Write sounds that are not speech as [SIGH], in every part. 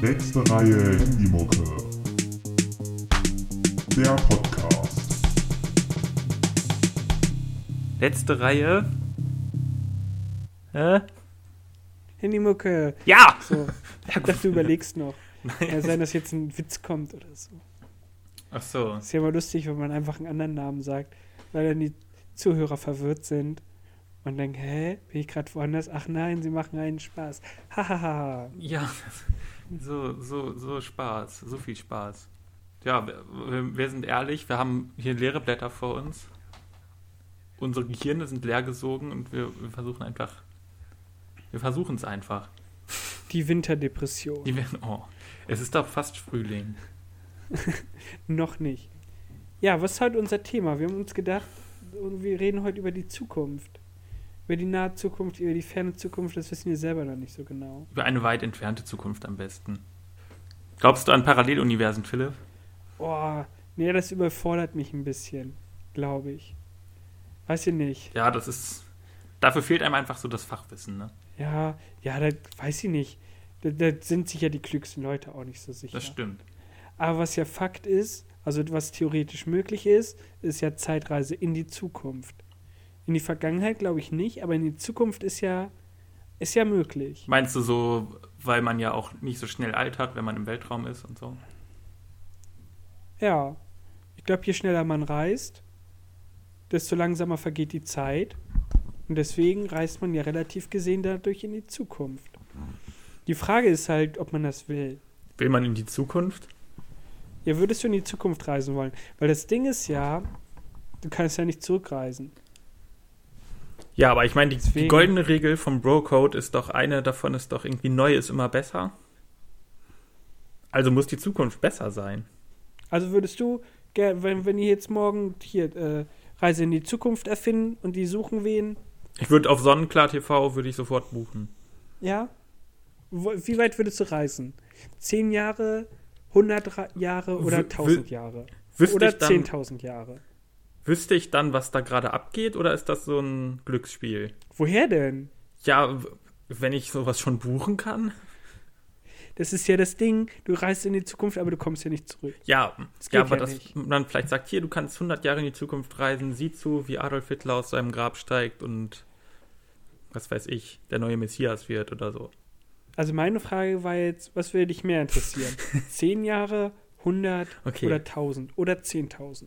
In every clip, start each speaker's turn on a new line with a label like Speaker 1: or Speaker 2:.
Speaker 1: Sechste Reihe Handymucke. Der Podcast.
Speaker 2: Letzte Reihe. Hä?
Speaker 3: Handymucke.
Speaker 2: Ja!
Speaker 3: So, ich dachte, du überlegst noch. Kann ja sein, dass jetzt ein Witz kommt oder so.
Speaker 2: Ach so.
Speaker 3: Ist ja immer lustig, wenn man einfach einen anderen Namen sagt, weil dann die Zuhörer verwirrt sind und denken, hä, bin ich gerade woanders? Ach nein, sie machen einen Spaß. Hahaha.
Speaker 2: Ja, [LAUGHS] so, so, so Spaß. So viel Spaß. Ja, wir, wir- wir sind ehrlich, wir haben hier leere Blätter vor uns. Unsere Gehirne sind leer gesogen und wir, wir versuchen einfach. Wir versuchen es einfach.
Speaker 3: die Winterdepression.
Speaker 2: Die werden, oh, es ist doch fast Frühling.
Speaker 3: noch nicht. Ja, was ist heute unser Thema? Wir haben uns gedacht, und wir reden heute über die Zukunft. Über die nahe Zukunft, über die ferne Zukunft, das wissen wir selber noch nicht so genau.
Speaker 2: Über eine weit entfernte Zukunft am besten. Glaubst du an Paralleluniversen, Philipp?
Speaker 3: Boah, nee, das überfordert mich ein bisschen, glaube ich. Weiß ich nicht.
Speaker 2: Ja, das ist. Dafür fehlt einem einfach so das Fachwissen, ne?
Speaker 3: Ja, ja, da weiß ich nicht. Da, da sind sich ja die klügsten Leute auch nicht so sicher.
Speaker 2: Das stimmt.
Speaker 3: Aber was ja Fakt ist, also was theoretisch möglich ist, ist ja Zeitreise in die Zukunft. In die Vergangenheit glaube ich nicht, aber in die Zukunft ist ja, ist ja möglich.
Speaker 2: Meinst du so, weil man ja auch nicht so schnell altert, wenn man im Weltraum ist und so?
Speaker 3: Ja. Ich glaube, je schneller man reist, desto langsamer vergeht die Zeit. Und deswegen reist man ja relativ gesehen dadurch in die Zukunft. Die Frage ist halt, ob man das will.
Speaker 2: Will man in die Zukunft?
Speaker 3: Ja, würdest du in die Zukunft reisen wollen? Weil das Ding ist ja, du kannst ja nicht zurückreisen.
Speaker 2: Ja, aber ich meine, die, die
Speaker 3: Deswegen.
Speaker 2: goldene Regel vom Bro-Code ist doch eine davon, ist doch irgendwie neu ist immer besser. Also muss die Zukunft besser sein.
Speaker 3: Also würdest du, ger- wenn, wenn die jetzt morgen hier äh, Reise in die Zukunft erfinden und die suchen wen,
Speaker 2: Ich würde auf Sonnenklar TV würde ich sofort buchen.
Speaker 3: ja? Wo, wie weit würdest du reisen? Zehn Jahre, 100 Ra Jahre
Speaker 2: Wü-
Speaker 3: oder
Speaker 2: wü-
Speaker 3: tausend Jahre?
Speaker 2: Wüsste
Speaker 3: Oder
Speaker 2: ich dann,
Speaker 3: 10.000 Jahre.
Speaker 2: wüsste ich dann, was da gerade abgeht, oder ist das so ein Glücksspiel?
Speaker 3: Woher denn?
Speaker 2: Ja, w- wenn ich sowas schon buchen kann?
Speaker 3: Das ist ja das Ding, du reist in die Zukunft, aber du kommst ja nicht zurück.
Speaker 2: Ja,
Speaker 3: Das geht
Speaker 2: ja aber
Speaker 3: ja
Speaker 2: dass
Speaker 3: nicht.
Speaker 2: man vielleicht sagt, hier, du kannst 100 Jahre in die Zukunft reisen, sieh zu, wie Adolf Hitler aus seinem Grab steigt und was weiß ich, der neue Messias wird oder so.
Speaker 3: Also meine Frage war jetzt, was würde dich
Speaker 2: [LAUGHS]
Speaker 3: mehr interessieren? Zehn Jahre, 100
Speaker 2: Okay.
Speaker 3: oder 1000 oder 10.000?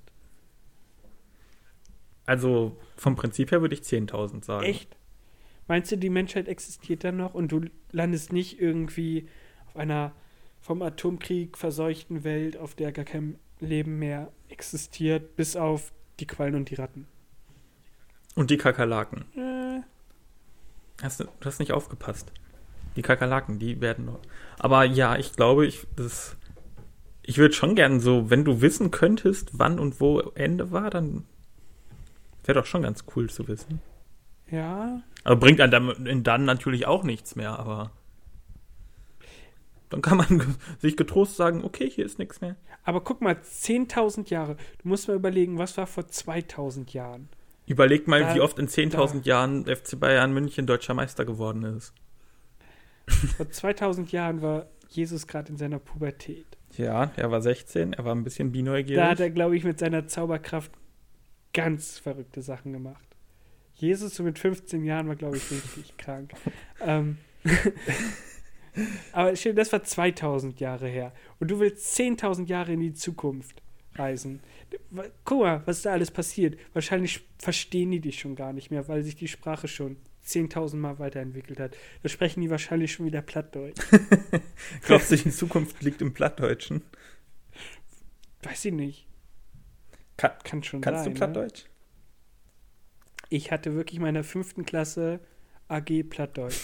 Speaker 2: Also vom Prinzip her würde ich 10.000 sagen.
Speaker 3: Echt? Meinst du, die Menschheit existiert dann noch und du landest nicht irgendwie auf einer vom Atomkrieg verseuchten Welt, auf der gar kein Leben mehr existiert, bis auf die Quallen und die Ratten?
Speaker 2: Und die Kakerlaken.
Speaker 3: Äh,
Speaker 2: Hast du, du hast nicht aufgepasst. Die Kakerlaken, die werden noch. Aber ja, ich glaube, ich, das, ich würde schon gern so, wenn du wissen könntest, wann und wo Ende war, dann wäre doch schon ganz cool zu wissen.
Speaker 3: ja,
Speaker 2: Aber bringt einen dann, dann natürlich auch nichts mehr, aber. Dann kann man ge- sich getrost sagen, okay, hier ist nichts mehr.
Speaker 3: Aber guck mal, 10.000 Jahre. Du musst mal überlegen, was war vor 2.000 Jahren?
Speaker 2: Überleg mal,
Speaker 3: Da-
Speaker 2: wie oft in 10.000 Jahren FC Bayern München deutscher Meister geworden ist.
Speaker 3: Vor 2.000 Jahren war Jesus gerade in seiner Pubertät.
Speaker 2: Ja, er war 16, er war ein bisschen
Speaker 3: Da hat
Speaker 2: bineugierig.
Speaker 3: er, glaube ich, mit seiner Zauberkraft ganz verrückte Sachen gemacht. Jesus so mit 15 Jahren war, glaube ich,
Speaker 2: [LAUGHS]
Speaker 3: richtig krank. Ähm, [LAUGHS] aber stell dir, das war 2000 Jahre her. Und du willst 10.000 Jahre in die Zukunft reisen. Guck mal, was da alles passiert. Wahrscheinlich verstehen die dich schon gar nicht mehr, weil sich die Sprache schon 10.000 Mal weiterentwickelt hat. Da sprechen die wahrscheinlich schon wieder Plattdeutsch.
Speaker 2: [LAUGHS] Glaubst du, die Zukunft liegt im Plattdeutschen?
Speaker 3: Weiß ich nicht.
Speaker 2: Kann,
Speaker 3: Kann schon
Speaker 2: kannst
Speaker 3: sein.
Speaker 2: du
Speaker 3: ne?
Speaker 2: Plattdeutsch?
Speaker 3: Ich hatte wirklich meiner fünften Klasse AG Plattdeutsch.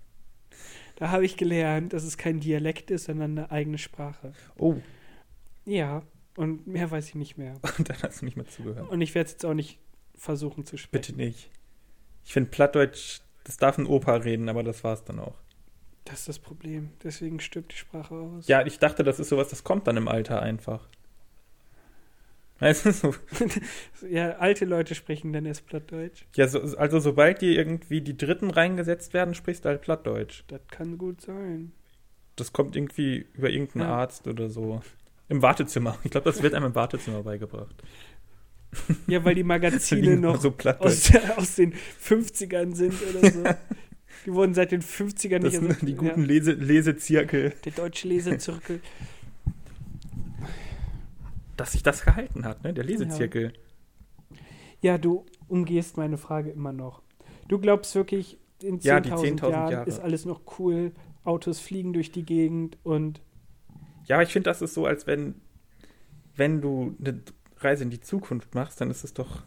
Speaker 2: [LAUGHS]
Speaker 3: da habe ich gelernt, dass es kein Dialekt ist, sondern eine eigene Sprache.
Speaker 2: Oh, [LAUGHS]
Speaker 3: Ja, und mehr weiß ich nicht mehr.
Speaker 2: und dann hast du nicht mehr zugehört.
Speaker 3: Und ich werde es jetzt auch nicht versuchen zu sprechen.
Speaker 2: Bitte nicht. Ich finde Plattdeutsch, das darf ein Opa reden, aber das war's dann auch.
Speaker 3: Das ist das Problem. Deswegen stirbt die Sprache aus.
Speaker 2: Ja, ich dachte, das ist sowas, das kommt dann im Alter einfach. Weißt du, so,
Speaker 3: ja, alte Leute sprechen dann erst Plattdeutsch.
Speaker 2: ja, so, also sobald dir irgendwie die Dritten reingesetzt werden, sprichst du halt Plattdeutsch.
Speaker 3: Das kann gut sein.
Speaker 2: das kommt irgendwie über irgendeinen
Speaker 3: Ja.
Speaker 2: Arzt oder so. Im Wartezimmer. Ich glaube, das wird einem im Wartezimmer beigebracht.
Speaker 3: [LAUGHS] Ja, weil
Speaker 2: [LAUGHS]
Speaker 3: die Magazine
Speaker 2: Liegen
Speaker 3: noch
Speaker 2: Genau so platt
Speaker 3: aus, [LAUGHS] der, aus den 50ern sind
Speaker 2: [LAUGHS]
Speaker 3: oder so. Die wurden seit den 50ern
Speaker 2: Das
Speaker 3: nicht
Speaker 2: sind die
Speaker 3: ersetzt.
Speaker 2: guten Lese Lesezirkel.
Speaker 3: Der deutsche Lesezirkel.
Speaker 2: Dass sich das gehalten hat, ne? Der Lesezirkel.
Speaker 3: Ja, du umgehst meine Frage immer noch. Du glaubst wirklich, in 10.000
Speaker 2: Ja, die 10.000
Speaker 3: Jahren
Speaker 2: Jahre.
Speaker 3: ist alles noch cool, Autos fliegen durch die Gegend und
Speaker 2: Ja, aber ich finde, das ist so, als wenn, wenn du eine Reise in die Zukunft machst, dann ist es doch.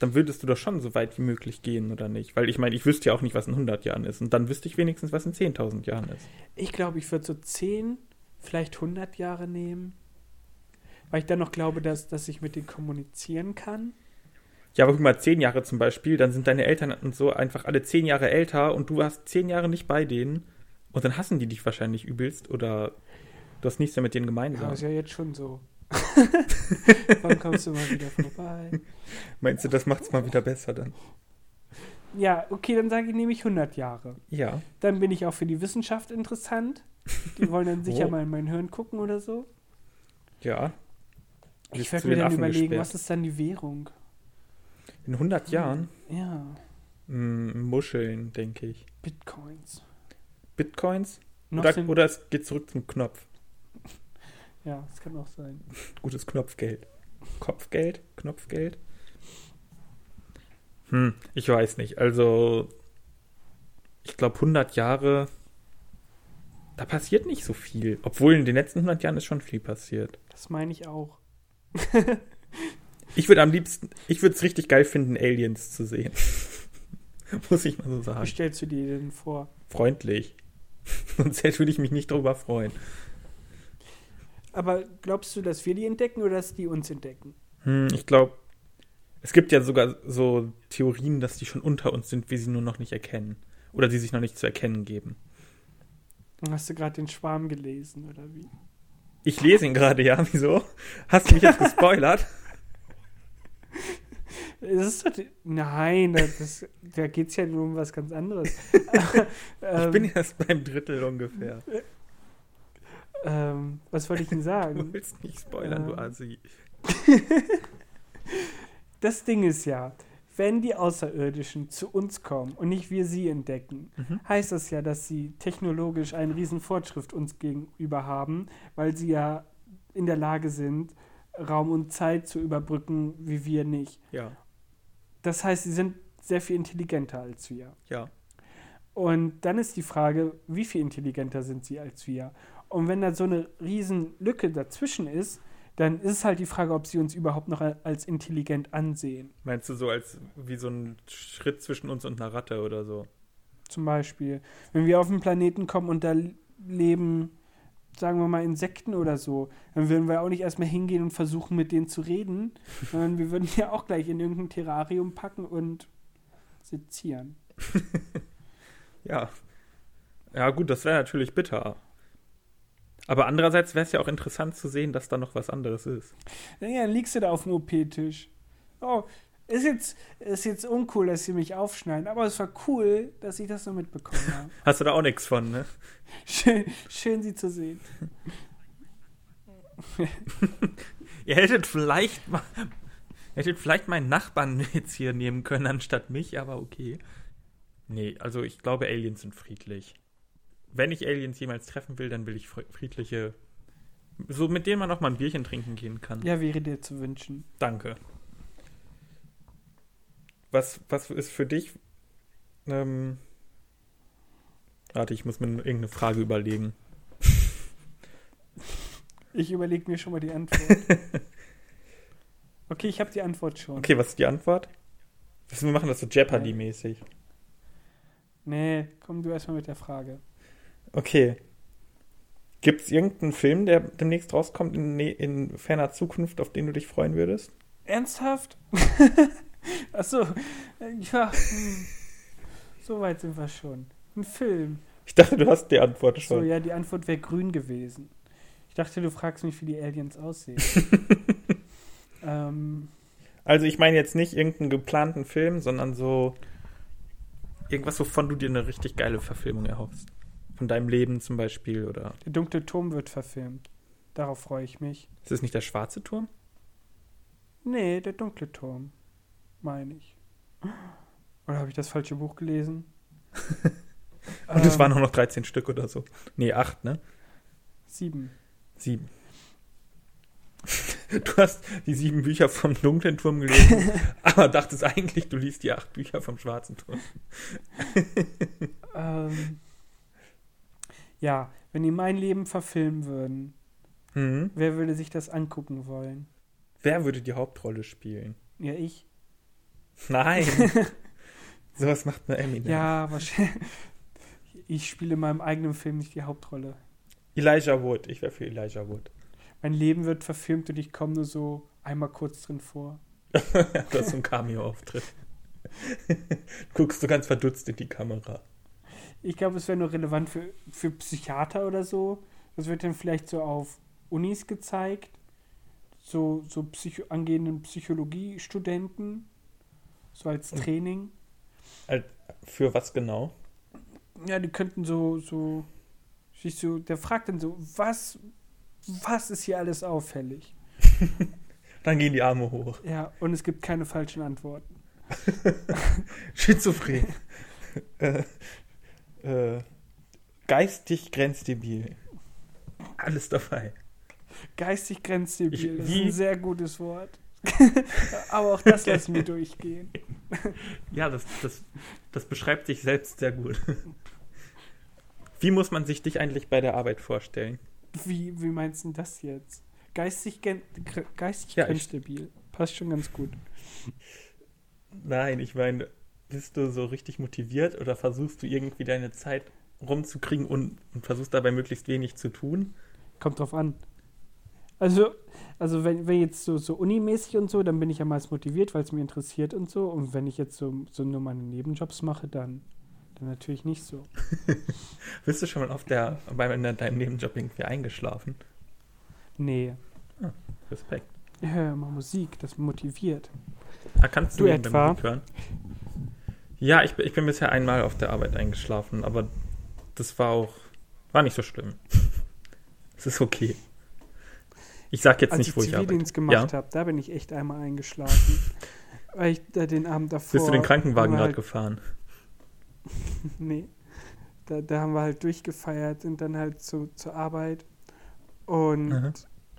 Speaker 2: Dann würdest du doch schon so weit wie möglich gehen, oder nicht? Weil ich meine, ich wüsste ja auch nicht, was in 100 Jahren ist. Und dann wüsste ich wenigstens, was in 10.000 Jahren ist.
Speaker 3: ich glaube, ich würde so 10, vielleicht 100 Jahre nehmen, weil ich dann noch glaube, dass, dass ich mit denen kommunizieren kann.
Speaker 2: Ja, aber guck mal, 10 Jahre zum Beispiel, dann sind deine Eltern und so einfach alle 10 Jahre älter und du warst 10 Jahre nicht bei denen. Und dann hassen die dich wahrscheinlich übelst oder du hast nichts mehr mit denen
Speaker 3: Ja,
Speaker 2: gemeinsam.
Speaker 3: ist ja jetzt
Speaker 2: [LAUGHS]
Speaker 3: schon so. Wann kommst du mal wieder vorbei?
Speaker 2: Meinst du, das macht's mal wieder besser dann?
Speaker 3: Ja, okay, dann sage ich, nehme ich 100 Jahre.
Speaker 2: Ja.
Speaker 3: Dann bin ich auch für die Wissenschaft interessant. Die wollen dann sicher
Speaker 2: Oh.
Speaker 3: mal in mein Hirn gucken oder so.
Speaker 2: Ja.
Speaker 3: Ich
Speaker 2: Wirst
Speaker 3: werde
Speaker 2: zu
Speaker 3: mir
Speaker 2: den
Speaker 3: dann
Speaker 2: Affen
Speaker 3: überlegen,
Speaker 2: gesperrt.
Speaker 3: was ist dann die Währung?
Speaker 2: In 100 Jahren?
Speaker 3: Ja,
Speaker 2: Mm, Muscheln, denke ich.
Speaker 3: Bitcoins.
Speaker 2: Bitcoins?
Speaker 3: Noch
Speaker 2: Oder,
Speaker 3: sind-
Speaker 2: oder es geht zurück zum Knopf.
Speaker 3: ja, das kann auch sein.
Speaker 2: Gutes Knopfgeld. Kopfgeld? Knopfgeld? Hm, ich weiß nicht. Also, ich glaube, 100 Jahre, da passiert nicht so viel. Obwohl in den letzten 100 Jahren ist schon viel passiert.
Speaker 3: Das meine ich
Speaker 2: [LAUGHS]
Speaker 3: auch.
Speaker 2: Ich würde am liebsten, ich würde es richtig geil finden, Aliens zu sehen. [LAUGHS] Muss ich mal so
Speaker 3: Wie
Speaker 2: sagen.
Speaker 3: stellst du dir denn vor?
Speaker 2: Freundlich. [LAUGHS] Sonst hätte- würde ich mich nicht drüber freuen.
Speaker 3: Aber glaubst du, dass wir die entdecken oder dass die uns entdecken?
Speaker 2: Hm, ich glaube, es gibt ja sogar so Theorien, dass die schon unter uns sind, wir sie nur noch nicht erkennen. Oder die sich noch nicht zu erkennen geben.
Speaker 3: Hast du gerade den Schwarm gelesen oder wie?
Speaker 2: Ich lese ihn gerade, ja, wieso? Hast du mich jetzt gespoilert?
Speaker 3: [LAUGHS] Das ist doch die- Nein, das, das, da geht es ja nur um was ganz anderes.
Speaker 2: [LAUGHS]
Speaker 3: [LAUGHS]
Speaker 2: Ich
Speaker 3: Ähm,
Speaker 2: bin erst beim Drittel ungefähr.
Speaker 3: ähm, was wollte ich denn
Speaker 2: Du [LAUGHS]
Speaker 3: sagen?
Speaker 2: willst nicht spoilern, du
Speaker 3: Ähm.
Speaker 2: Asi.
Speaker 3: Das Ding ist ja, wenn die Außerirdischen zu uns kommen und nicht wir sie entdecken,
Speaker 2: Mhm.
Speaker 3: heißt das ja, dass sie technologisch einen riesen Fortschritt uns gegenüber haben, weil sie ja in der Lage sind, Raum und Zeit zu überbrücken, wie wir nicht.
Speaker 2: Ja,
Speaker 3: Das heißt, sie sind sehr viel intelligenter als wir.
Speaker 2: ja.
Speaker 3: Und dann ist die Frage, wie viel intelligenter sind sie als wir? Und wenn da so eine riesen Lücke dazwischen ist, dann ist es halt die Frage, ob sie uns überhaupt noch als intelligent ansehen.
Speaker 2: Meinst du so als wie so ein Schritt zwischen uns und einer Ratte oder so?
Speaker 3: Zum Beispiel, wenn wir auf einen Planeten kommen und da leben, sagen wir mal, Insekten oder so, dann würden wir auch nicht erstmal hingehen und versuchen, mit denen zu reden, sondern wir würden ja [LAUGHS] auch gleich in irgendein Terrarium packen und sezieren.
Speaker 2: Ja. Ja, gut, das wäre natürlich bitter. Aber andererseits wäre es ja auch interessant zu sehen, dass da noch was anderes ist.
Speaker 3: Ja, dann liegst du da auf dem OP-Tisch. Oh, ist jetzt, ist jetzt uncool, dass sie mich aufschneiden, aber es war cool, dass ich das so mitbekommen habe.
Speaker 2: Hast du da auch nichts von, ne?
Speaker 3: Schön, schön sie zu sehen.
Speaker 2: Ihr hättet vielleicht mal, ihr hättet vielleicht meinen Nachbarn [LAUGHS] jetzt hier nehmen können anstatt mich, aber okay. Nee, also ich glaube, Aliens sind friedlich. Wenn ich Aliens jemals treffen will, dann will ich fr- friedliche, so mit denen man auch mal ein Bierchen trinken gehen kann.
Speaker 3: Ja, wäre dir zu wünschen.
Speaker 2: Danke. Was, was ist für dich? Ähm, warte, ich muss mir irgendeine Frage überlegen.
Speaker 3: Ich überlege mir schon mal die Antwort. Okay, ich habe die Antwort schon.
Speaker 2: Okay, was ist die Antwort? Was- Wir machen das so Jeopardy-mäßig.
Speaker 3: Nee, komm du erstmal mit der Frage.
Speaker 2: Okay. Gibt es irgendeinen Film, der demnächst rauskommt in, nä- in ferner Zukunft, auf den du dich freuen würdest? [LAUGHS]
Speaker 3: Ernsthaft? [LAUGHS] Achso, ja. hm. So weit sind wir schon. Ein Film.
Speaker 2: Ich dachte, du hast die Antwort
Speaker 3: So,
Speaker 2: schon.
Speaker 3: ja, die Antwort wäre grün gewesen. Ich dachte, du fragst mich, wie die
Speaker 2: [LAUGHS]
Speaker 3: Aliens aussehen. ähm,
Speaker 2: Also ich meine jetzt nicht irgendeinen geplanten Film, sondern so irgendwas, wovon du dir eine richtig geile Verfilmung erhoffst. Von deinem Leben zum Beispiel oder.
Speaker 3: Der dunkle Turm wird verfilmt. Darauf freue ich mich.
Speaker 2: Ist das nicht der schwarze Turm?
Speaker 3: Nee, der dunkle Turm. Meine ich. Oder habe ich das falsche Buch gelesen?
Speaker 2: [LAUGHS] Und
Speaker 3: Ähm.
Speaker 2: es waren auch noch 13 Stück oder so. Nee, 8, ne?
Speaker 3: Sieben.
Speaker 2: Sieben. [LAUGHS] Du hast die sieben Bücher vom dunklen Turm
Speaker 3: [LAUGHS]
Speaker 2: gelesen, aber dachtest eigentlich, du liest die acht Bücher vom schwarzen Turm.
Speaker 3: Ähm, ja, wenn die mein Leben verfilmen würden,
Speaker 2: Mhm.
Speaker 3: wer würde sich das angucken wollen?
Speaker 2: Wer würde die Hauptrolle spielen?
Speaker 3: Ja, ich.
Speaker 2: Nein. Sowas macht nur Eminem.
Speaker 3: Ja, wahrscheinlich. [LAUGHS] Ich spiele in meinem eigenen Film nicht die Hauptrolle.
Speaker 2: Elijah Wood. Ich wäre für Elijah Wood. [LAUGHS]
Speaker 3: Mein Leben wird verfilmt und ich komme nur so einmal kurz drin vor.
Speaker 2: das ist so ein Cameo-Auftritt. [LAUGHS] Guckst du ganz verdutzt in die Kamera.
Speaker 3: Ich glaube, es wäre nur relevant für, für Psychiater oder so. Das wird dann vielleicht so auf Unis gezeigt. So, so Psycho angehenden Psychologiestudenten. So als Training.
Speaker 2: Für was genau?
Speaker 3: Ja, die könnten so, so, siehst du, der fragt dann so, was, was ist hier alles auffällig?
Speaker 2: Dann gehen die Arme hoch.
Speaker 3: Ja, und es gibt keine falschen Antworten.
Speaker 2: Schizophren. [LAUGHS] äh, äh, geistig grenzdebil. Alles dabei.
Speaker 3: Geistig grenzdebil
Speaker 2: Ich-
Speaker 3: das ist
Speaker 2: wie-
Speaker 3: ein sehr
Speaker 2: [LAUGHS]
Speaker 3: gutes Wort. Aber auch das lassen wir durchgehen.
Speaker 2: Ja, das, das, das beschreibt sich selbst sehr gut. [LAUGHS] Wie muss man sich dich eigentlich bei der Arbeit vorstellen?
Speaker 3: Wie, wie meinst du denn das jetzt? Geistig, gen, gr- geistig
Speaker 2: Ja, ich-
Speaker 3: grenzdebil. Passt schon ganz gut.
Speaker 2: Nein, ich meine, bist du so richtig motiviert oder versuchst du irgendwie deine Zeit rumzukriegen und, und versuchst dabei möglichst wenig zu tun?
Speaker 3: Kommt drauf an. Also, also wenn, wenn jetzt so, so unimäßig und so, dann bin ich ja meist motiviert, weil es mir interessiert und so. Und wenn ich jetzt so, so nur meine Nebenjobs mache, dann, dann natürlich nicht so.
Speaker 2: Bist du schon mal auf der, bei deinem Nebenjob irgendwie eingeschlafen?
Speaker 3: Nee,
Speaker 2: Respekt.
Speaker 3: ich höre immer Musik, das motiviert.
Speaker 2: Ah, kannst du,
Speaker 3: Du
Speaker 2: nebenbei
Speaker 3: etwa?
Speaker 2: Musik hören? Ja, ich, bin- ich bin bisher einmal auf der Arbeit eingeschlafen, aber das war auch, war nicht so schlimm. [LAUGHS] Es ist okay. Ich sag jetzt
Speaker 3: Als
Speaker 2: nicht,
Speaker 3: ich
Speaker 2: wo ich arbeite.
Speaker 3: Zivildienst gemacht habe, da bin ich echt
Speaker 2: [LAUGHS]
Speaker 3: einmal eingeschlafen. weil ich da den Abend davor...
Speaker 2: Bist du den Krankenwagen
Speaker 3: haben wir
Speaker 2: gerade
Speaker 3: halt,
Speaker 2: gefahren?
Speaker 3: Nee, da, da haben wir halt durchgefeiert und dann halt zu, zur Arbeit. Und
Speaker 2: Aha.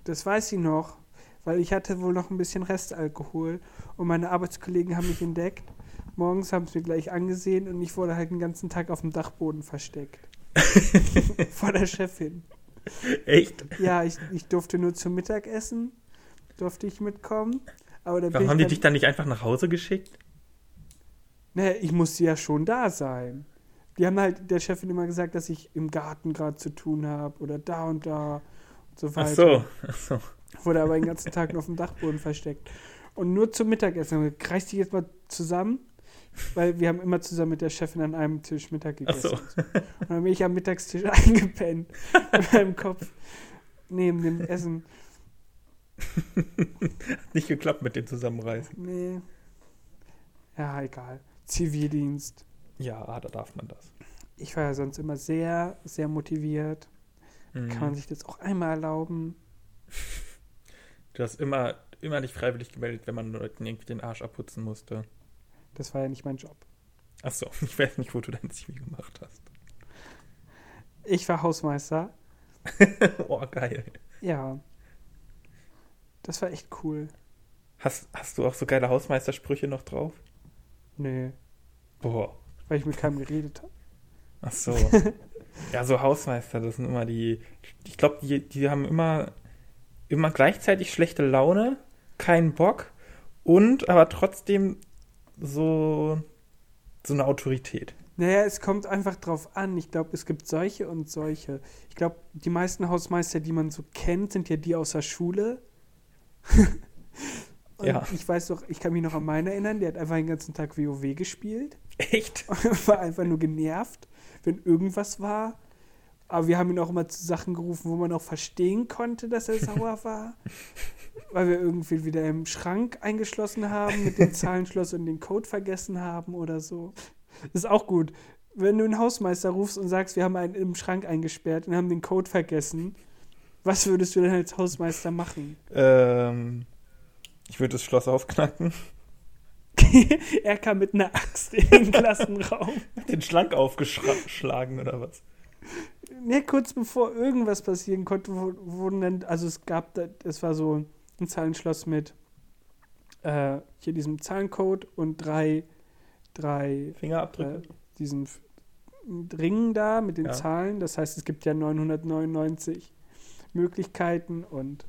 Speaker 3: das weiß ich noch, weil ich hatte wohl noch ein bisschen Restalkohol und meine Arbeitskollegen haben mich entdeckt. Morgens haben sie mir gleich angesehen und ich wurde halt den ganzen Tag auf dem
Speaker 2: [LAUGHS]
Speaker 3: Dachboden versteckt. Vor der Chefin.
Speaker 2: Echt?
Speaker 3: Ja, ich, ich durfte nur zum Mittagessen, durfte ich mitkommen. Aber da bin
Speaker 2: Warum haben die
Speaker 3: ich halt
Speaker 2: dich dann nicht einfach nach Hause geschickt?
Speaker 3: Naja, Ne, ich musste ja schon da sein. Die haben halt der Chefin immer gesagt, dass ich im Garten gerade zu tun habe oder da und da und so
Speaker 2: Ach
Speaker 3: weiter.
Speaker 2: so, [LAUGHS] ach so.
Speaker 3: Wurde aber den ganzen Tag nur auf dem Dachboden versteckt. Und nur zum Mittagessen. haben wir gesagt, Reiß dich jetzt mal zusammen, weil wir haben immer zusammen mit der Chefin an einem Tisch Mittag
Speaker 2: Ach
Speaker 3: gegessen.
Speaker 2: so.
Speaker 3: Und dann bin ich am Mittagstisch [LAUGHS] eingepennt mit meinem Kopf neben dem Essen.
Speaker 2: Hat nicht geklappt mit dem Zusammenreißen.
Speaker 3: Nee. Ja, egal. Zivildienst.
Speaker 2: Ja, da darf man das.
Speaker 3: Ich war ja sonst immer sehr, sehr motiviert.
Speaker 2: Mhm.
Speaker 3: Kann man sich das auch einmal erlauben?
Speaker 2: Du hast immer, immer dich freiwillig gemeldet, wenn man Leuten irgendwie den Arsch abputzen musste.
Speaker 3: Das war ja nicht mein Job.
Speaker 2: Ach so, [LAUGHS] ich weiß nicht, wo du dein Zivil gemacht [LAUGHS] hast.
Speaker 3: Ich war Hausmeister.
Speaker 2: oh, geil.
Speaker 3: Ja. Das war echt cool.
Speaker 2: Hast, hast du auch so geile Hausmeistersprüche noch drauf?
Speaker 3: Nö,
Speaker 2: Boah.
Speaker 3: weil ich mit keinem geredet habe.
Speaker 2: Ach [LAUGHS] so. ja, so Hausmeister, das sind immer die. Ich glaube, die, die haben immer, immer gleichzeitig schlechte Laune, keinen Bock und aber trotzdem so, so eine Autorität.
Speaker 3: Naja, es kommt einfach drauf an. Ich glaube, es gibt solche und solche. Ich glaube, die meisten Hausmeister, die man so kennt, sind ja die aus der Schule. [LAUGHS] und
Speaker 2: Ja.
Speaker 3: ich weiß doch, ich kann mich noch an meinen erinnern, der hat einfach den ganzen Tag WoW gespielt.
Speaker 2: Echt?
Speaker 3: und [LAUGHS] war einfach nur genervt, wenn irgendwas war. Aber wir haben ihn auch immer zu Sachen gerufen, wo man auch verstehen konnte, dass er sauer war. Weil wir irgendwie wieder im Schrank eingeschlossen haben, mit dem Zahlenschloss und den Code vergessen haben oder so. Ist auch gut. wenn du einen Hausmeister rufst und sagst, wir haben einen im Schrank eingesperrt und haben den Code vergessen, was würdest du denn als Hausmeister machen? [LAUGHS]
Speaker 2: Ähm, ich würde das Schloss [LAUGHS] aufknacken,
Speaker 3: er kam mit einer Axt in den Klassenraum.
Speaker 2: den Schrank aufgeschlagen oder was?
Speaker 3: Ne, kurz bevor irgendwas passieren konnte, wo- wurden dann, also es gab, da- es war so ein Zahlenschloss mit äh, hier diesem Zahlencode und drei, drei äh,
Speaker 2: Fingerabdrücke?
Speaker 3: diesen F- Ringen da mit den
Speaker 2: Ja.
Speaker 3: Zahlen. Das heißt, es gibt ja 999 Möglichkeiten und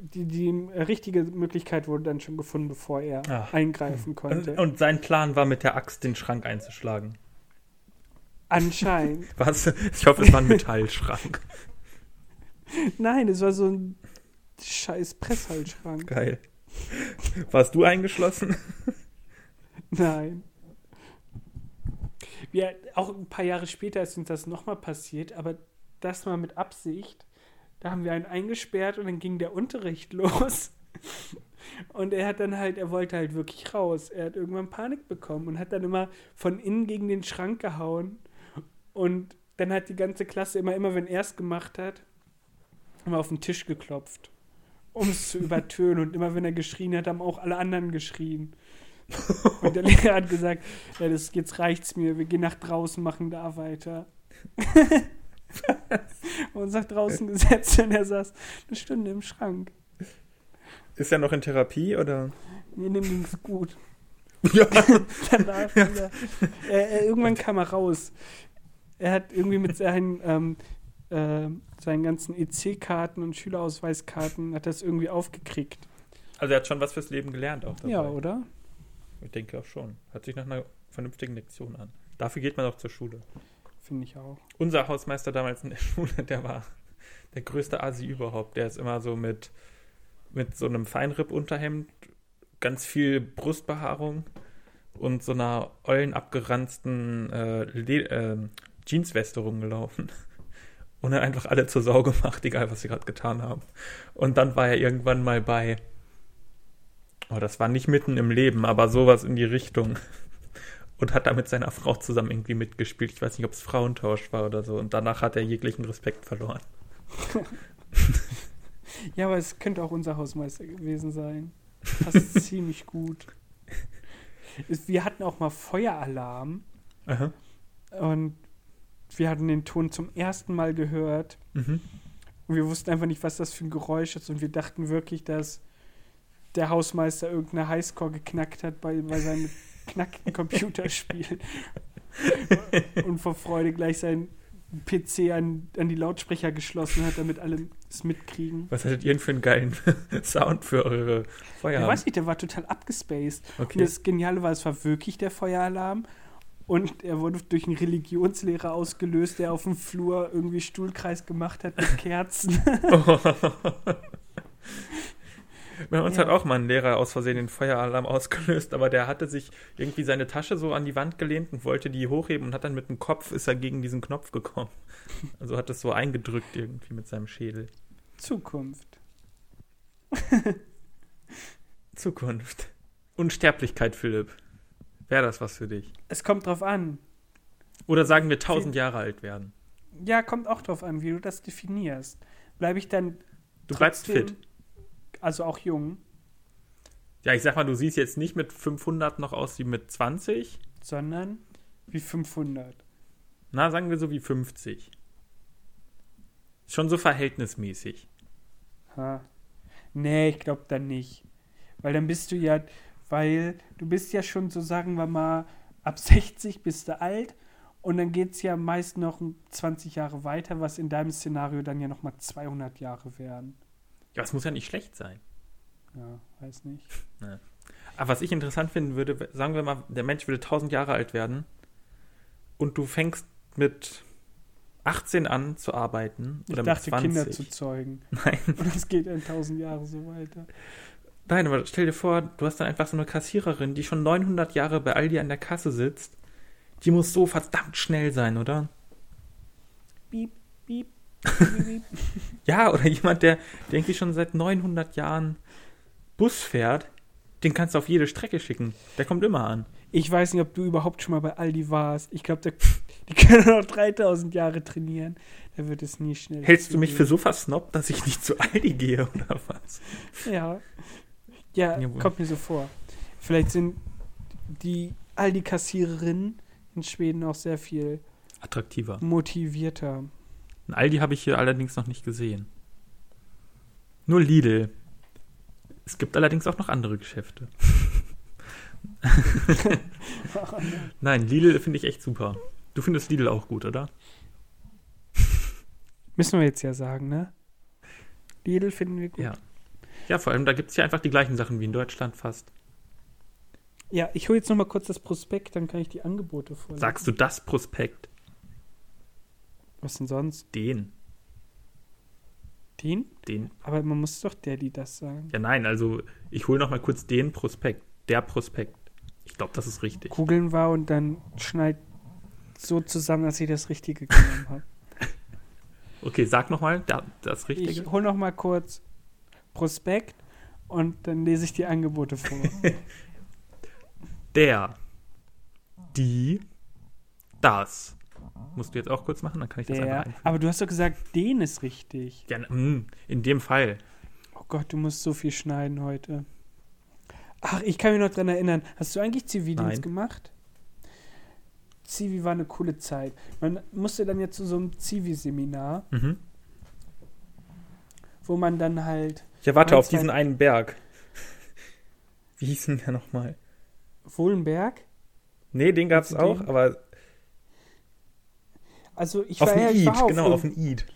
Speaker 3: die, die richtige Möglichkeit wurde dann schon gefunden, bevor er
Speaker 2: Ach.
Speaker 3: eingreifen
Speaker 2: Ah. und,
Speaker 3: Äh, konnte.
Speaker 2: und sein Plan war, mit der Axt den Schrank einzuschlagen. [LAUGHS]
Speaker 3: Anscheinend.
Speaker 2: Was? Ich hoffe, es war ein Metallschrank.
Speaker 3: Nein, es war so ein scheiß Presshaltschrank.
Speaker 2: [LAUGHS] Geil. Warst du eingeschlossen?
Speaker 3: Nein. Ja, auch ein paar Jahre später ist uns das nochmal passiert, aber das mal mit Absicht. Da haben wir einen eingesperrt und dann ging der Unterricht [LAUGHS] los. Und er hat dann halt, er wollte halt wirklich raus. Er hat irgendwann Panik bekommen und hat dann immer von innen gegen den Schrank gehauen. Und dann hat die ganze Klasse immer, immer wenn er es gemacht hat, immer auf den Tisch geklopft, um es zu übertönen. Und immer wenn er geschrien hat, haben auch alle anderen geschrien. Und der Lehrer hat gesagt, ja, das, jetzt reicht's mir, wir gehen nach draußen, machen
Speaker 2: [LAUGHS]
Speaker 3: da weiter. und nach draußen gesetzt und er saß eine Stunde im Schrank.
Speaker 2: Ist er noch in Therapie oder?
Speaker 3: Nee, dem ging's gut. [LAUGHS]
Speaker 2: Ja.
Speaker 3: Danach wieder. Er, er, irgendwann kam er raus. Er hat irgendwie mit seinen, ähm, ähm, seinen ganzen EC-Karten und Schülerausweiskarten hat das irgendwie aufgekriegt.
Speaker 2: Also er hat schon was fürs Leben gelernt auch dabei.
Speaker 3: Ja, oder?
Speaker 2: Ich denke auch schon. Hört sich nach einer vernünftigen Lektion an. Dafür geht man auch zur Schule.
Speaker 3: Finde ich auch.
Speaker 2: Unser Hausmeister damals [LAUGHS] in der Schule, der war der größte Asi überhaupt. Der ist immer so mit, mit so einem Feinripp-Unterhemd, ganz viel Brustbehaarung und so einer ollen abgeranzten äh, Le ähm, Jeansweste rumgelaufen. [LAUGHS] Und dann einfach alle zur Sau gemacht, egal was sie gerade getan haben. Und dann war er irgendwann mal bei, oh, das war nicht mitten im Leben, aber sowas in die Richtung. Und hat da mit seiner Frau zusammen irgendwie mitgespielt. Ich weiß nicht, ob es Frauentausch war oder so. Und danach hat er jeglichen Respekt verloren.
Speaker 3: Ja, aber es könnte auch unser Hausmeister gewesen sein. Passt ziemlich gut. Es- Wir hatten auch mal Feueralarm
Speaker 2: Aha.
Speaker 3: und wir hatten den Ton zum ersten Mal gehört
Speaker 2: Mhm.
Speaker 3: und wir wussten einfach nicht, was das für ein Geräusch ist und wir dachten wirklich, dass der Hausmeister irgendeine Highscore geknackt hat bei, bei seinem knackten Computerspiel und vor Freude gleich seinen PC an, an die Lautsprecher geschlossen hat, damit alle es mitkriegen.
Speaker 2: Was hattet ihr denn für einen geilen [LAUGHS] Sound für eure Feuer?
Speaker 3: Ich weiß nicht, der war total abgespaced. Und
Speaker 2: okay. [LAUGHS]
Speaker 3: das Geniale war, es war wirklich der Feueralarm. Und er wurde durch einen Religionslehrer ausgelöst, der auf dem Flur irgendwie Stuhlkreis gemacht hat
Speaker 2: [LAUGHS]
Speaker 3: mit Kerzen.
Speaker 2: Bei uns
Speaker 3: Ja.
Speaker 2: hat auch mal ein Lehrer aus Versehen den Feueralarm ausgelöst, aber der hatte sich irgendwie seine Tasche so an die Wand gelehnt und wollte die hochheben und hat dann mit dem Kopf, ist er gegen diesen Knopf gekommen. Also hat es so eingedrückt irgendwie mit seinem Schädel.
Speaker 3: Zukunft.
Speaker 2: Zukunft. Unsterblichkeit, Philipp. Wäre das was für dich?
Speaker 3: Es kommt drauf an.
Speaker 2: Oder sagen wir 1000 Jahre alt werden.
Speaker 3: Ja, kommt auch drauf an, wie du das definierst. Bleibe ich dann.
Speaker 2: Du bleibst
Speaker 3: trotzdem-
Speaker 2: fit.
Speaker 3: Also auch jung,
Speaker 2: Ja, ich sag mal, du siehst jetzt nicht mit 500 noch aus wie mit 20.
Speaker 3: sondern wie 500.
Speaker 2: Na, sagen wir so wie 50. Ist Schon so verhältnismäßig.
Speaker 3: Ha. Nee, ich glaube dann nicht. Weil dann bist du ja, weil du bist ja schon so, sagen wir mal, ab [LAUGHS] 60 bist du alt und dann geht es ja meist noch 20 Jahre weiter, was in deinem Szenario dann ja nochmal 200 Jahre wären.
Speaker 2: Ja, es muss ja nicht schlecht sein.
Speaker 3: Ja, weiß nicht.
Speaker 2: Aber was ich interessant finden würde, sagen wir mal, der Mensch würde 1000 Jahre alt werden und du fängst mit 18 an zu arbeiten
Speaker 3: Ich
Speaker 2: oder
Speaker 3: dachte,
Speaker 2: mit 20.
Speaker 3: Kinder zu zeugen.
Speaker 2: [LAUGHS] Nein.
Speaker 3: Und das geht in 1000 Jahre so weiter.
Speaker 2: Nein, aber stell dir vor, du hast dann einfach so eine Kassiererin, die schon 900 Jahre bei Aldi an der Kasse sitzt. Die muss so verdammt schnell sein, oder?
Speaker 3: Piep, piep, piep, piep.
Speaker 2: Ja, oder jemand, der, der irgendwie schon seit 900 Jahren Bus fährt, den kannst du auf jede Strecke schicken. Der kommt immer an.
Speaker 3: Ich weiß nicht, ob du überhaupt schon mal bei Aldi warst. Ich glaube, [LAUGHS] die können noch 3000 Jahre trainieren. Da wird es nie schnell.
Speaker 2: Hältst du mich für so versnobbt, dass ich nicht zu Aldi gehe oder was?
Speaker 3: Ja. Ja,
Speaker 2: Jawohl.
Speaker 3: kommt mir so vor. Vielleicht sind die Aldi-Kassiererinnen in Schweden auch sehr viel
Speaker 2: Attraktiver.
Speaker 3: motivierter.
Speaker 2: Ein Aldi habe ich hier allerdings noch nicht gesehen. Nur Lidl. Es gibt allerdings auch noch andere Geschäfte. Nein, Lidl finde ich echt super. Du findest Lidl auch gut, oder?
Speaker 3: Müssen wir jetzt ja sagen, ne? Lidl finden wir gut.
Speaker 2: Ja. Ja, vor allem, da gibt es ja einfach die gleichen Sachen wie in Deutschland fast.
Speaker 3: Ja, ich hole jetzt noch mal kurz das Prospekt, dann kann ich die Angebote vorlesen.
Speaker 2: Sagst du das Prospekt?
Speaker 3: Was denn sonst?
Speaker 2: Den.
Speaker 3: Den?
Speaker 2: Den.
Speaker 3: Aber man muss doch der, die das sagen.
Speaker 2: Ja, nein, also ich hole noch mal kurz den Prospekt. Der Prospekt. Ich glaube, das ist richtig.
Speaker 3: Kugeln war und dann schneid so zusammen, dass ich das Richtige genommen habe.
Speaker 2: Okay, sag noch mal da, das Richtige.
Speaker 3: Ich hole noch mal kurz Prospekt und dann lese ich die Angebote vor.
Speaker 2: Der. Die. Das. Musst du jetzt auch kurz machen, dann kann ich das einfach
Speaker 3: Der.
Speaker 2: einfügen.
Speaker 3: Aber du hast doch gesagt, den ist richtig.
Speaker 2: Ja, mm, in dem Fall.
Speaker 3: Oh Gott, du musst so viel schneiden heute. Ach, ich kann mich noch dran erinnern. Hast du eigentlich Zivildienst
Speaker 2: Nein.
Speaker 3: gemacht? Zivi war eine coole Zeit. Man musste dann ja zu so einem Zivi-Seminar,
Speaker 2: Mhm.
Speaker 3: wo man dann halt
Speaker 2: Ja,
Speaker 3: warte, auf diesen
Speaker 2: einen Berg. [LAUGHS] Wie hieß denn der nochmal?
Speaker 3: Wohlenberg.
Speaker 2: Nee, den
Speaker 3: gab's auch,
Speaker 2: aber
Speaker 3: Also ich war, ja, ich war, auf, irgend-
Speaker 2: den Eid.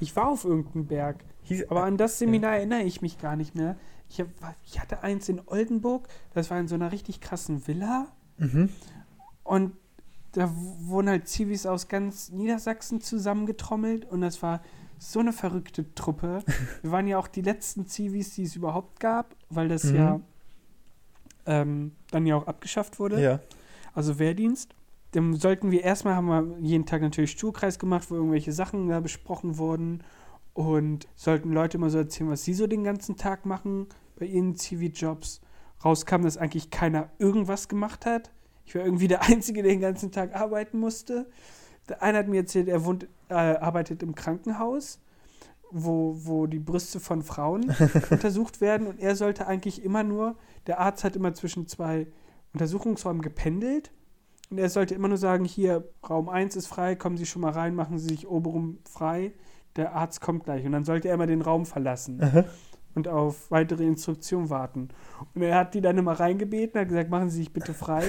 Speaker 3: ich war auf irgendeinem Berg.
Speaker 2: Hieß,
Speaker 3: Aber an das Seminar erinnere ich mich gar nicht mehr. Ich, hab, ich hatte eins in Oldenburg, das war in so einer richtig krassen Villa.
Speaker 2: mhm,
Speaker 3: Und da w- wurden halt Zivis aus ganz Niedersachsen zusammengetrommelt und das war so eine verrückte
Speaker 2: [LAUGHS]
Speaker 3: Truppe. Wir waren ja auch die letzten Zivis, die es überhaupt gab, weil das
Speaker 2: Mhm.
Speaker 3: ja ähm, dann ja auch abgeschafft wurde.
Speaker 2: ja.
Speaker 3: Also Wehrdienst. Dann sollten wir erstmal haben wir jeden Tag natürlich Stuhlkreis gemacht, wo irgendwelche Sachen da besprochen wurden und sollten Leute immer so erzählen, was sie so den ganzen Tag machen bei ihren CV-Jobs. Rauskam, dass eigentlich keiner irgendwas gemacht hat. Ich war irgendwie [LAUGHS] der Einzige, der den ganzen Tag arbeiten musste. Der eine hat mir erzählt, er wohnt, äh, arbeitet im Krankenhaus, wo, wo die Brüste von Frauen untersucht werden und er sollte eigentlich immer nur, der Arzt hat immer zwischen zwei Untersuchungsräumen gependelt und er sollte immer nur sagen, hier, Raum 1 ist frei, kommen Sie schon mal rein, machen Sie sich oberum frei, der Arzt kommt gleich. Und dann sollte er immer den Raum verlassen und auf weitere Instruktionen warten. Und er hat die dann immer reingebeten, hat gesagt, machen Sie sich bitte frei.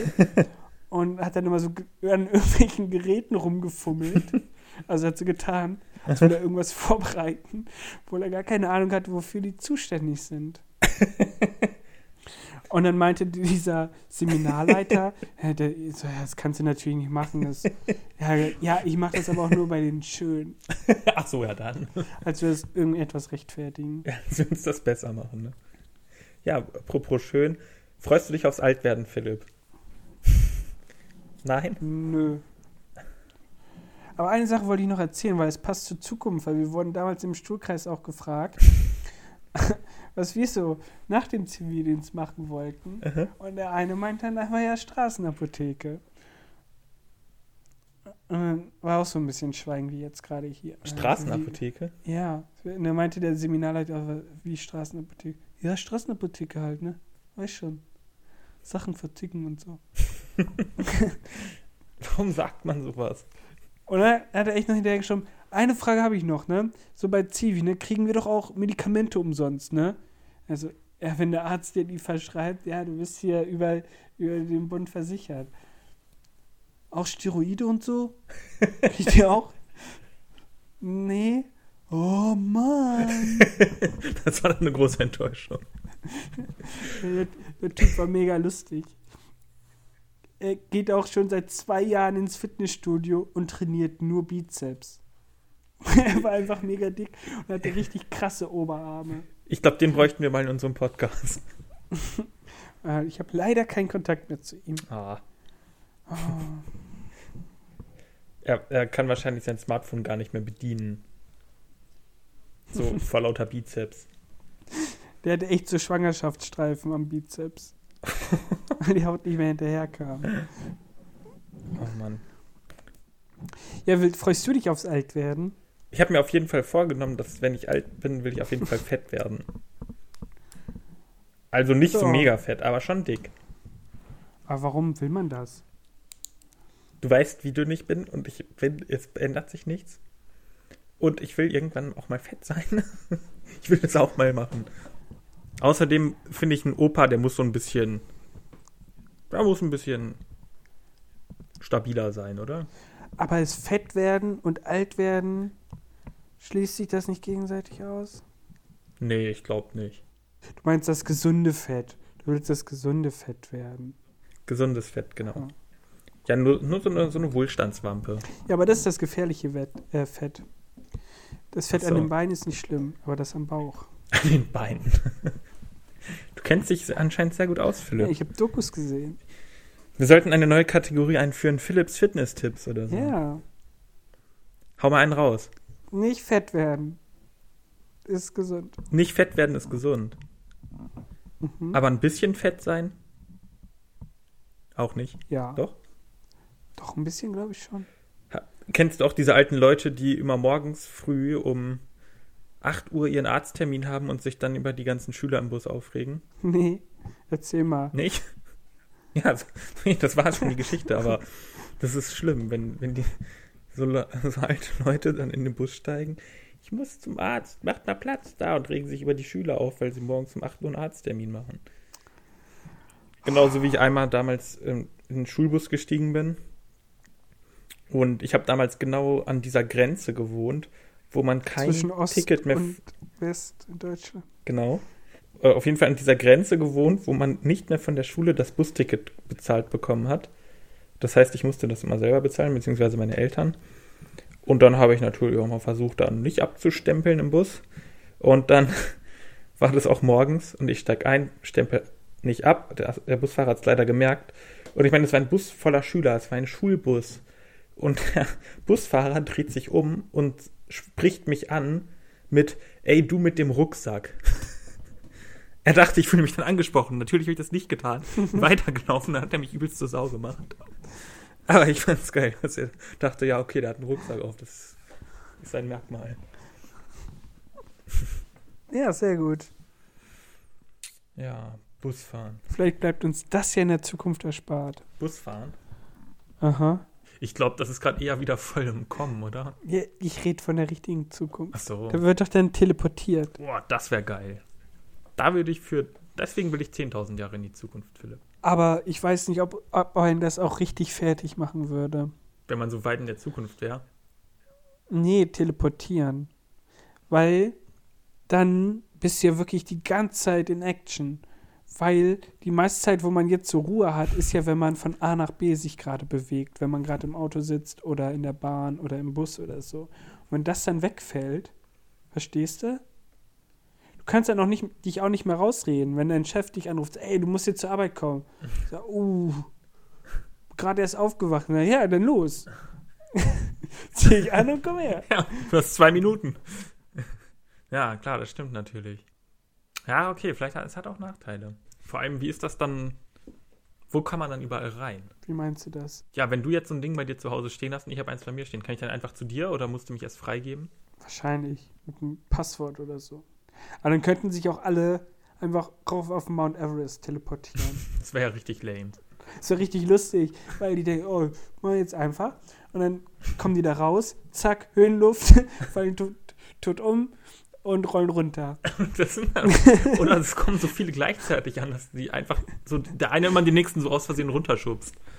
Speaker 3: und hat dann immer so ge- an irgendwelchen Geräten rumgefummelt. Also hat sie getan, als würde er irgendwas [LAUGHS] vorbereiten, obwohl er gar keine Ahnung hatte, wofür die zuständig sind. Und dann meinte dieser Seminarleiter, [LAUGHS] äh, der, so, ja, das kannst du natürlich nicht machen. Das, ja, ja, ich mache das aber auch nur bei den Schönen,
Speaker 2: [LAUGHS] Ach so, ja, dann.
Speaker 3: als wir es irgendetwas rechtfertigen.
Speaker 2: [LAUGHS] Ja, dass wir uns das besser machen, ne? Ja, apropos schön. Freust du dich aufs Altwerden, Philipp? [LAUGHS] Nein?
Speaker 3: Nö. Aber eine Sache wollte ich noch erzählen, weil es passt zur Zukunft, weil wir wurden damals im Stuhlkreis auch gefragt, [LAUGHS] was wir so nach dem Zivildienst machen wollten.
Speaker 2: Äh,
Speaker 3: Und der eine meinte dann einfach ja Straßenapotheke. Und dann war auch so ein bisschen Schweigen wie jetzt gerade hier.
Speaker 2: Straßenapotheke?
Speaker 3: Ja, und da meinte der Seminarleiter, aber wie Straßenapotheke? Ja, Straßenapotheke halt, ne? Weiß schon. Sachen verticken und so.
Speaker 2: [LAUGHS] Warum sagt man sowas?
Speaker 3: Und dann hat er echt noch hinterher geschoben, eine Frage habe ich noch, ne? So bei Zivi, ne? Kriegen wir doch auch Medikamente umsonst, ne? Also, ja, wenn der Arzt dir die verschreibt, ja, du bist hier über, über den Bund versichert. Auch Steroide und so? Kriegt ihr auch? Nee. Oh Mann.
Speaker 2: [LAUGHS] Das war dann eine große Enttäuschung.
Speaker 3: Der, der Typ war mega lustig. Er geht auch schon seit zwei Jahren ins Fitnessstudio und trainiert nur Bizeps. [LAUGHS] er war einfach mega dick und hatte richtig krasse Oberarme.
Speaker 2: Ich glaube, den bräuchten wir mal in unserem Podcast.
Speaker 3: Äh, Ich habe leider keinen Kontakt mehr zu ihm.
Speaker 2: Ah.
Speaker 3: Oh,
Speaker 2: Er, er kann wahrscheinlich sein Smartphone gar nicht mehr bedienen. [LAUGHS] So vor lauter Bizeps.
Speaker 3: der hatte echt so Schwangerschaftsstreifen am Bizeps. weil die Haut nicht mehr hinterherkam.
Speaker 2: Oh Mann.
Speaker 3: Ja, Wild, freust du dich aufs Altwerden?
Speaker 2: Ich habe mir auf jeden Fall vorgenommen, dass wenn ich alt bin, will ich auf jeden Fall fett werden. Also nicht so,
Speaker 3: Ja.
Speaker 2: mega fett, aber schon dick.
Speaker 3: Aber warum will man das?
Speaker 2: Du weißt, wie dünn ich bin und ich bin, es ändert sich nichts. Und ich will irgendwann auch mal fett sein. [LAUGHS] ich will das auch mal machen. Außerdem finde ich einen Opa, der muss so ein bisschen. Der muss ein bisschen stabiler sein, oder?
Speaker 3: Aber es fett werden und alt werden, schließt sich das nicht gegenseitig aus?
Speaker 2: Nee, ich glaube nicht.
Speaker 3: Du meinst das gesunde Fett. Du willst das gesunde Fett werden.
Speaker 2: Gesundes Fett, genau.
Speaker 3: Ja.
Speaker 2: Ja, nur, nur so, eine, so eine Wohlstandswampe. [LAUGHS]
Speaker 3: Ja, aber das ist das gefährliche Wett, äh, Fett. Das Fett
Speaker 2: Ach
Speaker 3: an
Speaker 2: so.
Speaker 3: den Beinen ist nicht schlimm, aber das am Bauch.
Speaker 2: An den Beinen. Du kennst dich anscheinend sehr gut aus,
Speaker 3: Ja,
Speaker 2: Philipp.
Speaker 3: ich habe Dokus gesehen.
Speaker 2: Wir sollten eine neue Kategorie einführen, Philips Fitness-Tipps oder so.
Speaker 3: Ja,
Speaker 2: Hau mal einen raus.
Speaker 3: nicht fett werden. Ist gesund.
Speaker 2: Nicht fett werden ist gesund.
Speaker 3: Mhm.
Speaker 2: Aber ein bisschen fett sein? Auch nicht.
Speaker 3: Ja.
Speaker 2: Doch?
Speaker 3: Doch, ein bisschen, glaube ich schon. [LAUGHS]
Speaker 2: Kennst du auch diese alten Leute, die immer morgens früh um 8 Uhr ihren Arzttermin haben und sich dann über die ganzen Schüler im Bus aufregen?
Speaker 3: Nee, erzähl mal.
Speaker 2: Nicht? [LAUGHS] Ja, so- nee, das war schon die Geschichte, aber das ist schlimm, wenn, wenn die so, le- so alte Leute dann in den Bus steigen. Ich muss zum Arzt, macht mal Platz da und regen sich über die Schüler auf, weil sie morgens um 8 Uhr einen Arzttermin machen. Genauso wie ich einmal damals ähm, in den Schulbus gestiegen bin. Und ich habe damals genau an dieser Grenze gewohnt, wo man kein
Speaker 3: Zwischen Ost
Speaker 2: Ticket mehr
Speaker 3: und West in Deutschland.
Speaker 2: Genau. Äh, Auf jeden Fall an dieser Grenze gewohnt, wo man nicht mehr von der Schule das Busticket bezahlt bekommen hat. Das heißt, ich musste das immer selber bezahlen, beziehungsweise meine Eltern. Und dann habe ich natürlich auch mal versucht, dann nicht abzustempeln im Bus. Und dann [LAUGHS] war das auch morgens und ich steig ein, stempel nicht ab. Der, der Busfahrer hat es leider gemerkt. Und ich meine, es war ein Bus voller Schüler, es war ein Schulbus. Und [LAUGHS] der Busfahrer dreht sich um und spricht mich an mit, ey, du mit dem Rucksack. Er dachte, ich fühle mich dann angesprochen. Natürlich habe ich das nicht getan. Weitergelaufen, dann hat er mich übelst zur Sau gemacht. Aber ich fand's geil, dass er dachte, ja, okay, der hat einen Rucksack auf. Das ist ein Merkmal.
Speaker 3: Ja, sehr gut.
Speaker 2: Ja, Busfahren.
Speaker 3: Vielleicht bleibt uns das ja in der Zukunft erspart.
Speaker 2: Busfahren?
Speaker 3: Aha.
Speaker 2: Ich glaube, das ist gerade eher wieder voll im Kommen, oder?
Speaker 3: Ja, ich rede von der richtigen Zukunft.
Speaker 2: Ach so.
Speaker 3: Da wird doch dann teleportiert.
Speaker 2: Boah, das wäre geil. Da würde ich für. Deswegen will ich 10.000 Jahre in die Zukunft, Philipp.
Speaker 3: Aber ich weiß nicht, ob, ob einen das auch richtig fertig machen würde.
Speaker 2: Wenn man so weit in der Zukunft wäre.
Speaker 3: Nee, teleportieren. Weil dann bist du ja wirklich die ganze Zeit in Action. Weil die meiste Zeit, wo man jetzt so Ruhe hat, ist ja, wenn man von A nach B sich gerade bewegt, wenn man gerade im Auto sitzt oder in der Bahn oder im Bus oder so. Und wenn das dann wegfällt, verstehst du? Du kannst dann auch nicht, dich auch nicht mehr rausreden, wenn dein Chef dich anruft, ey, du musst jetzt zur Arbeit kommen. So, uh, gerade erst aufgewacht. Na ja, dann los. [LAUGHS] Zieh ich an und komm her.
Speaker 2: Ja, du hast zwei Minuten. Ja, klar, das stimmt natürlich. Ja, okay, vielleicht hat es hat auch Nachteile. Vor allem, wie ist das dann? Wo kann man dann überall rein?
Speaker 3: Wie meinst du das?
Speaker 2: Ja, wenn du jetzt so ein Ding bei dir zu Hause stehen hast und ich habe eins bei mir stehen, kann ich dann einfach zu dir oder musst du mich erst freigeben?
Speaker 3: Wahrscheinlich mit einem Passwort oder so. Aber dann könnten sich auch alle einfach rauf auf den Mount Everest teleportieren.
Speaker 2: [LAUGHS] Das wäre ja richtig lame.
Speaker 3: das wäre richtig lustig, weil die denken, oh, mach jetzt einfach. Und dann kommen die da raus, zack, Höhenluft, [LAUGHS] fallen tot, tot um und rollen runter.
Speaker 2: Das sind dann, oder es kommen so viele gleichzeitig an, dass die einfach so der eine immer den nächsten so aus Versehen runterschubst. [LAUGHS]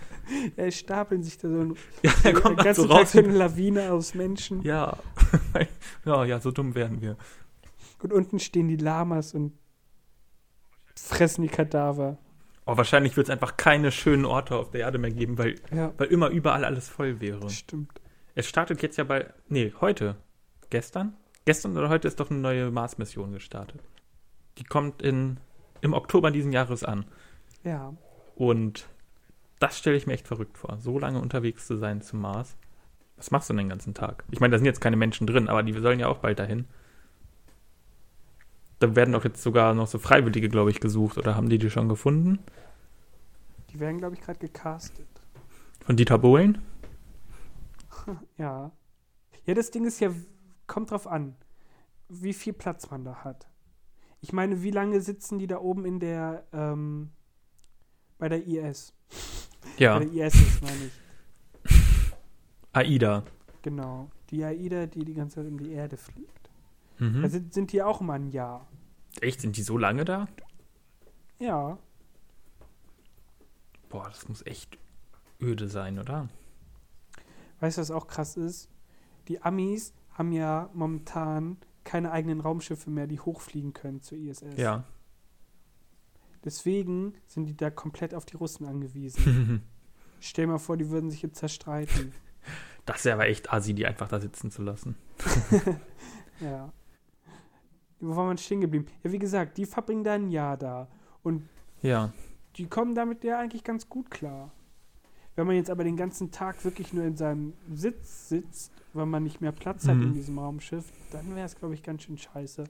Speaker 3: Ja, stapeln sich da so ein,
Speaker 2: Ja, [LAUGHS] der
Speaker 3: den
Speaker 2: kommt dann so
Speaker 3: ganzen Tag
Speaker 2: raus.
Speaker 3: so eine Lawine aufs Menschen.
Speaker 2: Ja. [LAUGHS] ja, ja, so dumm werden wir.
Speaker 3: Und unten stehen die Lamas und fressen die Kadaver.
Speaker 2: Oh, wahrscheinlich wird es einfach keine schönen Orte auf der Erde mehr geben, weil
Speaker 3: Ja,
Speaker 2: weil immer überall alles voll wäre.
Speaker 3: stimmt.
Speaker 2: Es startet jetzt ja bei. Nee, heute. Gestern? Gestern oder heute ist doch eine neue Mars-Mission gestartet. Die kommt in, im Oktober diesen Jahres an.
Speaker 3: Ja.
Speaker 2: Und das stelle ich mir echt verrückt vor, so lange unterwegs zu sein zum Mars. Was machst du denn den ganzen Tag? Ich meine, da sind jetzt keine Menschen drin, aber die sollen ja auch bald dahin. Da werden doch jetzt sogar noch so Freiwillige, glaube ich, gesucht. Oder haben die die schon gefunden?
Speaker 3: Die werden, glaube ich, gerade gecastet.
Speaker 2: Von Dieter Bohlen?
Speaker 3: Ja. Ja, das Ding ist ja, kommt drauf an, wie viel Platz man da hat. Ich meine, wie lange sitzen die da oben in der, ähm, bei der IS?
Speaker 2: Ja.
Speaker 3: Bei der IS ist, meine ich.
Speaker 2: [LAUGHS] AIDA.
Speaker 3: Genau. Die AIDA, die die ganze Zeit um die Erde
Speaker 2: Hm?
Speaker 3: fliegt. Da
Speaker 2: Mhm.
Speaker 3: sind, sind die auch immer ein Jahr.
Speaker 2: Echt, sind die so lange da?
Speaker 3: Ja.
Speaker 2: Boah, das muss echt öde sein, oder?
Speaker 3: Weißt du, was auch krass ist? Die Amis haben ja momentan keine eigenen Raumschiffe mehr, die hochfliegen können zur ISS.
Speaker 2: Ja. [LAUGHS]
Speaker 3: Deswegen sind die da komplett auf die Russen angewiesen. Stell mal vor, die würden sich jetzt zerstreiten.
Speaker 2: Das wäre aber echt assi, die einfach da sitzen zu lassen.
Speaker 3: Ja. Wo waren wir stehen geblieben? Ja, wie gesagt, die verbringen da ein Jahr da. Und
Speaker 2: Ja.
Speaker 3: die kommen damit ja eigentlich ganz gut klar. Wenn man jetzt aber den ganzen Tag wirklich nur in seinem Sitz sitzt, weil man nicht mehr Platz hat
Speaker 2: Mhm.
Speaker 3: in diesem Raumschiff, dann wäre es, glaube ich, ganz schön scheiße.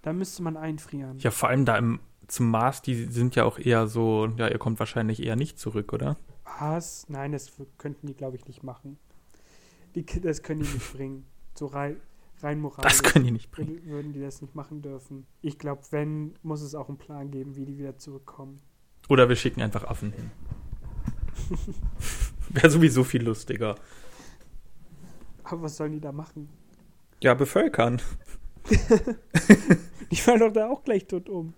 Speaker 3: Da müsste man einfrieren.
Speaker 2: Ja, vor allem da im, zum Mars, die sind ja auch eher so, ja, ihr kommt wahrscheinlich eher nicht zurück, oder?
Speaker 3: Was? Nein, das w- könnten die, glaube ich, nicht machen. Die, k- das können die nicht
Speaker 2: [LAUGHS]
Speaker 3: bringen. So rein, rein moralisch
Speaker 2: Das können die nicht bringen.
Speaker 3: wür- würden die das nicht machen dürfen. Ich glaube, wenn, muss es auch einen Plan geben, wie die wieder zurückkommen.
Speaker 2: Oder wir schicken einfach Affen hin. wäre sowieso viel lustiger.
Speaker 3: Aber was sollen die da machen?
Speaker 2: Ja, bevölkern.
Speaker 3: Die fallen doch da auch gleich tot um.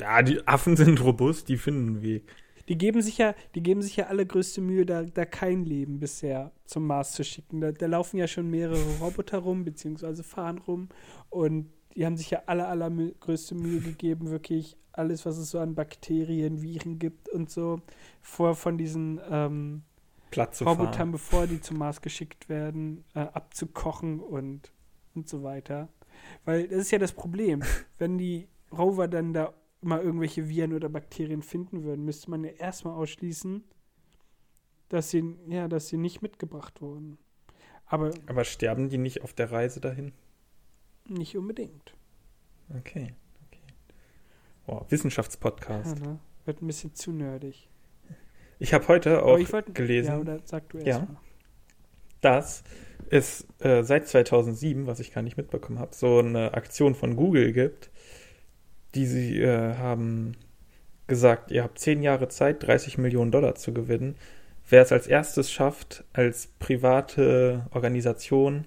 Speaker 2: Ja, die Affen sind robust, die finden einen Weg.
Speaker 3: Die geben sich ja, die geben sich ja allergrößte Mühe, da, da kein Leben bisher zum Mars zu schicken. Da, da laufen ja schon mehrere Roboter rum, beziehungsweise fahren rum. Und die haben sich ja aller, allergrößte Mühe gegeben, wirklich alles, was es so an Bakterien, Viren gibt und so, vor von diesen ähm,
Speaker 2: Platt zu
Speaker 3: Robotern,
Speaker 2: fahren.
Speaker 3: bevor die zum Mars geschickt werden, äh, abzukochen und, und so weiter. Weil das ist ja
Speaker 2: [LAUGHS]
Speaker 3: das Problem. Wenn die Rover dann da mal irgendwelche Viren oder Bakterien finden würden, müsste man ja erstmal ausschließen, dass sie, ja, dass sie nicht mitgebracht wurden. Aber
Speaker 2: Aber sterben die nicht auf der Reise dahin?
Speaker 3: nicht unbedingt.
Speaker 2: Okay. okay. Oh, Wissenschaftspodcast.
Speaker 3: Ja, ne? Wird ein bisschen zu nerdig.
Speaker 2: Ich habe heute
Speaker 3: Aber
Speaker 2: auch
Speaker 3: ich wollte-
Speaker 2: gelesen,
Speaker 3: Ja, oder sag du erst
Speaker 2: Ja.
Speaker 3: mal.
Speaker 2: dass es äh, seit 2007, was ich gar nicht mitbekommen habe, so eine Aktion von Google gibt, die sie äh, haben gesagt, ihr habt zehn Jahre Zeit, 30 Millionen Dollar zu gewinnen. Wer es als erstes schafft, als private Organisation,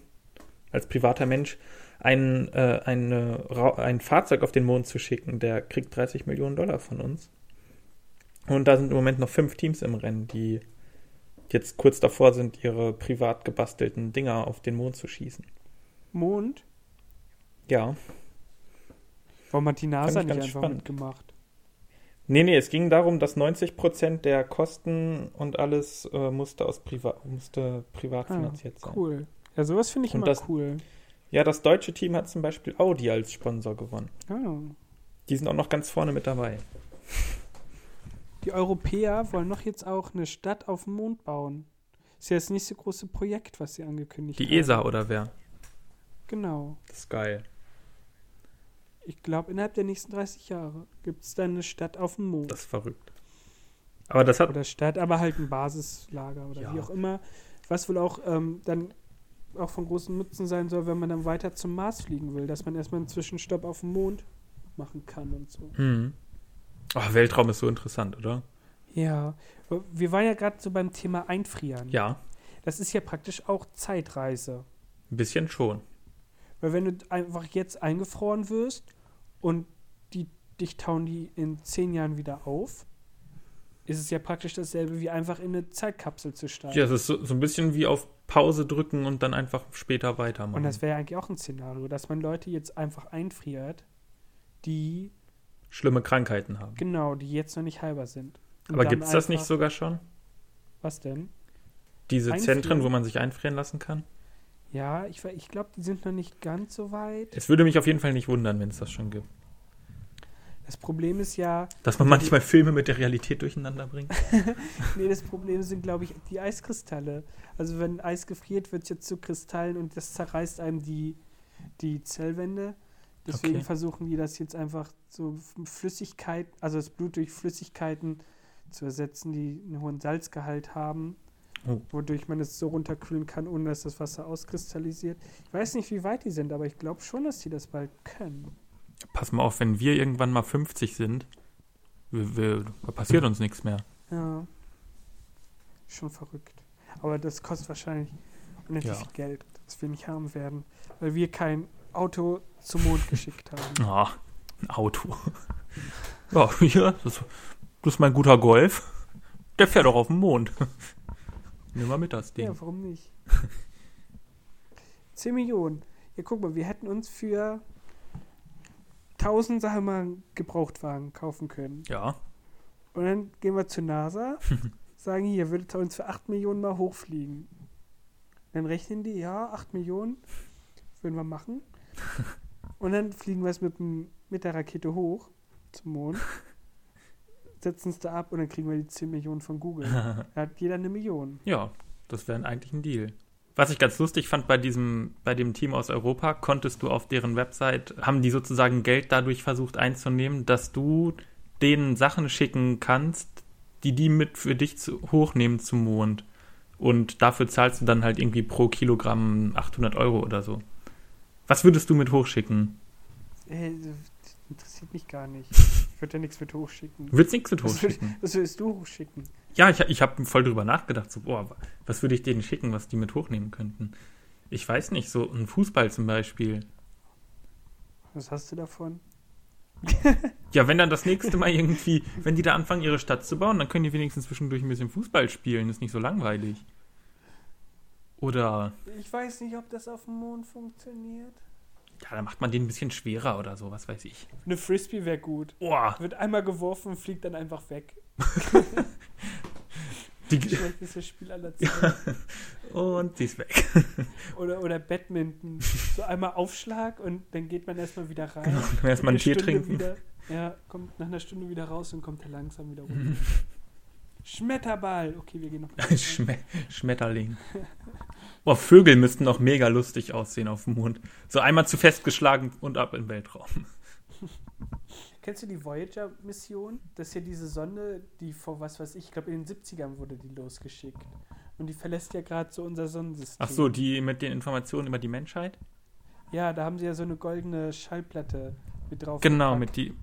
Speaker 2: als privater Mensch, ein, äh, eine, Ra- ein Fahrzeug auf den Mond zu schicken, der kriegt 30 Millionen Dollar von uns. Und da sind im Moment noch fünf Teams im Rennen, die jetzt kurz davor sind, ihre privat gebastelten Dinger auf den Mond zu schießen.
Speaker 3: Mond?
Speaker 2: Ja.
Speaker 3: Warum hat die NASA
Speaker 2: ich
Speaker 3: nicht
Speaker 2: ganz
Speaker 3: einfach
Speaker 2: spannend.
Speaker 3: mitgemacht?
Speaker 2: Nee, nee, es ging darum, dass 90% der Kosten und alles äh, musste, aus Priva musste privat
Speaker 3: Ah,
Speaker 2: finanziert sein.
Speaker 3: cool. Ja, sowas finde ich
Speaker 2: Und
Speaker 3: immer
Speaker 2: das-
Speaker 3: cool.
Speaker 2: Ja, das deutsche Team hat zum Beispiel Audi als Sponsor gewonnen.
Speaker 3: Ah.
Speaker 2: Die sind auch noch ganz vorne mit dabei.
Speaker 3: Die Europäer wollen noch jetzt auch eine Stadt auf dem Mond bauen. Ist ja das nächste große Projekt, was sie angekündigt haben.
Speaker 2: Die E ESA oder wer?
Speaker 3: Genau.
Speaker 2: Das ist geil.
Speaker 3: Ich glaube, innerhalb der nächsten 30 Jahre gibt es dann eine Stadt auf dem Mond.
Speaker 2: Das ist verrückt. Aber das hat.
Speaker 3: oder Stadt, aber halt ein Basislager oder
Speaker 2: Ja.
Speaker 3: wie auch immer. Was wohl auch ähm, dann auch von großem Nutzen sein soll, wenn man dann weiter zum Mars fliegen will, dass man erstmal einen Zwischenstopp auf dem Mond machen kann und so.
Speaker 2: Hm. Oh, Weltraum ist so interessant, oder?
Speaker 3: Ja, wir waren ja gerade so beim Thema Einfrieren.
Speaker 2: Ja,
Speaker 3: Das ist ja praktisch auch Zeitreise.
Speaker 2: ein bisschen schon.
Speaker 3: Weil wenn du einfach jetzt eingefroren wirst und die, dich tauen die in zehn Jahren wieder auf, ist es ja praktisch dasselbe wie einfach in eine Zeitkapsel zu steigen.
Speaker 2: Ja, es ist so, so ein bisschen wie auf Pause drücken und dann einfach später weitermachen.
Speaker 3: Und das wäre ja eigentlich auch ein Szenario, dass man Leute jetzt einfach einfriert, die
Speaker 2: schlimme Krankheiten haben.
Speaker 3: genau, die jetzt noch nicht heilbar sind. Und
Speaker 2: Aber
Speaker 3: dann
Speaker 2: gibt es das
Speaker 3: einfach-
Speaker 2: nicht sogar schon?
Speaker 3: Was denn?
Speaker 2: Diese
Speaker 3: Einfrieren?
Speaker 2: Zentren, wo man sich einfrieren lassen kann?
Speaker 3: Ja, ich, we- ich glaube, die sind noch nicht ganz so weit.
Speaker 2: Es würde mich auf jeden Fall nicht wundern, wenn es das schon gibt.
Speaker 3: Das Problem ist ja,
Speaker 2: Dass man manchmal Filme mit der Realität durcheinander bringt.
Speaker 3: Nee, das Problem sind, glaube ich, die Eiskristalle. Also wenn Eis gefriert, wird es jetzt zu Kristallen und das zerreißt einem die, die Zellwände. Deswegen
Speaker 2: Okay.
Speaker 3: versuchen die das jetzt einfach so Flüssigkeit, also das Blut durch Flüssigkeiten zu ersetzen, die einen hohen Salzgehalt haben,
Speaker 2: Oh.
Speaker 3: wodurch man es so runterkühlen kann, ohne dass das Wasser auskristallisiert. Ich weiß nicht, wie weit die sind, aber ich glaube schon, dass die das bald können.
Speaker 2: Pass mal auf, wenn wir irgendwann mal 50 sind, wir, wir, da passiert uns nichts mehr.
Speaker 3: Ja. Schon verrückt. Aber das kostet wahrscheinlich unendlich
Speaker 2: Ja.
Speaker 3: viel Geld, das wir nicht haben werden, weil wir kein Auto zum
Speaker 2: [LAUGHS]
Speaker 3: Mond geschickt haben.
Speaker 2: Ah, ein Auto. [LAUGHS] Ja, hier, das, das ist mein guter Golf. Der fährt doch auf den Mond. Nimm mal mit das Ding.
Speaker 3: Ja, warum
Speaker 2: [LAUGHS]
Speaker 3: nicht? 10 Millionen. Ja, guck mal, wir hätten uns für 1000 Sachen mal einen Gebrauchtwagen kaufen können.
Speaker 2: Ja,
Speaker 3: Und dann gehen wir zur [LAUGHS] NASA, sagen hier, würdet ihr uns für 8 Millionen mal hochfliegen? Dann rechnen die, ja, 8 Millionen würden wir [LAUGHS] machen. Und dann fliegen wir es mit, dem, mit der Rakete hoch zum [LAUGHS] Mond, setzen es da ab und dann kriegen wir die 10 Millionen von [LAUGHS] Google. Da hat jeder eine Million.
Speaker 2: ja, das wäre eigentlich ein Deal. Was ich ganz lustig fand bei diesem, bei dem Team aus Europa, konntest du auf deren Website, haben die sozusagen Geld dadurch versucht einzunehmen, dass du denen Sachen schicken kannst, die die mit für dich zu, hochnehmen zum Mond. Und dafür zahlst du dann halt irgendwie pro Kilogramm 800 Euro oder so. Was würdest du mit hochschicken? [LAUGHS]
Speaker 3: Ey, das Äh, interessiert mich gar nicht. Ich würde ja nichts mit hochschicken.
Speaker 2: Du willst nichts mit
Speaker 3: Was würd-
Speaker 2: hochschicken?
Speaker 3: was würdest du hochschicken?
Speaker 2: Ja, ich, ich habe voll drüber nachgedacht. So, boah, was würde ich denen schicken, was die mit hochnehmen könnten? Ich weiß nicht, so ein Fußball zum Beispiel.
Speaker 3: Was hast du davon?
Speaker 2: Ja, wenn dann das nächste Mal
Speaker 3: [LAUGHS]
Speaker 2: irgendwie, wenn die da anfangen, ihre Stadt zu bauen, dann können die wenigstens zwischendurch ein bisschen Fußball spielen. Ist nicht so langweilig. Oder,
Speaker 3: Ich weiß nicht, ob das auf dem Mond funktioniert.
Speaker 2: ja, dann macht man den ein bisschen schwerer oder so, was weiß ich.
Speaker 3: Eine Frisbee wäre gut.
Speaker 2: Boah,
Speaker 3: Wird einmal geworfen und fliegt dann
Speaker 2: [LAUGHS]
Speaker 3: einfach weg. [LAUGHS]
Speaker 2: die, [LAUGHS]
Speaker 3: Schlechtestes Spiel aller Zeiten.
Speaker 2: und sie ist weg.
Speaker 3: Oder, oder Badminton. So einmal Aufschlag und dann geht man erstmal wieder rein.
Speaker 2: Genau, dann erstmal einen Tee
Speaker 3: Eine Stunde
Speaker 2: trinken. [LAUGHS]
Speaker 3: Wieder, ja, kommt nach einer Stunde wieder raus und kommt er langsam wieder
Speaker 2: Mhm.
Speaker 3: runter. Schmetterball. Okay, wir
Speaker 2: [LAUGHS]
Speaker 3: gehen noch.
Speaker 2: Schme Schmetterling. Boah, Vögel müssten auch mega lustig aussehen auf dem Mond. So einmal zu festgeschlagen und ab im Weltraum.
Speaker 3: Kennst du die Voyager-Mission? Das ist ja diese Sonde, die vor was weiß ich, ich glaube in den 70ern wurde die losgeschickt. Und die verlässt ja gerade so unser Sonnensystem.
Speaker 2: Ach so, die mit den Informationen über die Menschheit?
Speaker 3: Ja, da haben sie ja so eine goldene Schallplatte mit drauf.
Speaker 2: Genau,
Speaker 3: gepackt.
Speaker 2: mit die.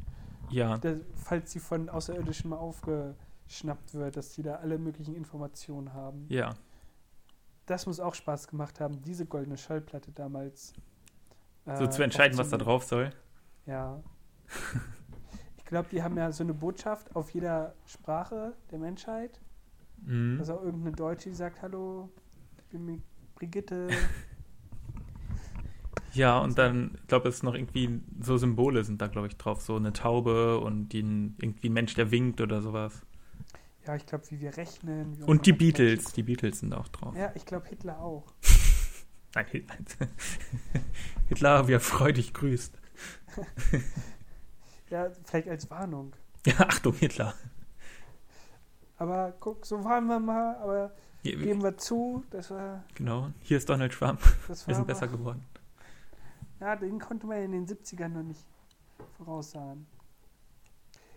Speaker 2: Ja,
Speaker 3: Da- falls sie von Außerirdischen mal aufgeschnappt wird, dass die da alle möglichen Informationen haben.
Speaker 2: ja.
Speaker 3: Das muss auch Spaß gemacht haben, diese goldene Schallplatte damals.
Speaker 2: So
Speaker 3: äh,
Speaker 2: zu entscheiden, was da
Speaker 3: aufzunehmen.
Speaker 2: drauf soll.
Speaker 3: Ja. [LAUGHS] Ich glaube, die haben ja so eine Botschaft auf jeder Sprache der Menschheit.
Speaker 2: Mhm.
Speaker 3: Also irgendeine Deutsche, die sagt, hallo, ich bin Mi-
Speaker 2: [LAUGHS]
Speaker 3: Brigitte.
Speaker 2: Ja, und dann, ich glaube, es ist noch irgendwie so Symbole sind da, glaube ich, drauf. So eine Taube und die, irgendwie ein Mensch, der winkt oder sowas.
Speaker 3: Ja, ich glaube, wie wir rechnen. Wie
Speaker 2: Und die
Speaker 3: unsere
Speaker 2: Beatles. Die Beatles sind auch drauf.
Speaker 3: Mathematik- Ja, ich glaube, Hitler auch.
Speaker 2: [LAUGHS] Nein, Hitler. [LAUGHS] Hitler, wie er freudig grüßt. [LAUGHS]
Speaker 3: Ja, vielleicht als Warnung.
Speaker 2: Ja, Achtung, Hitler.
Speaker 3: Aber guck, so waren wir mal, aber
Speaker 2: Ge-
Speaker 3: geben wir zu, dass wir
Speaker 2: Genau, hier ist Donald Trump.
Speaker 3: Das
Speaker 2: Wir sind
Speaker 3: war aber-
Speaker 2: besser geworden.
Speaker 3: Ja, den konnte man in den 70ern noch nicht voraussahen.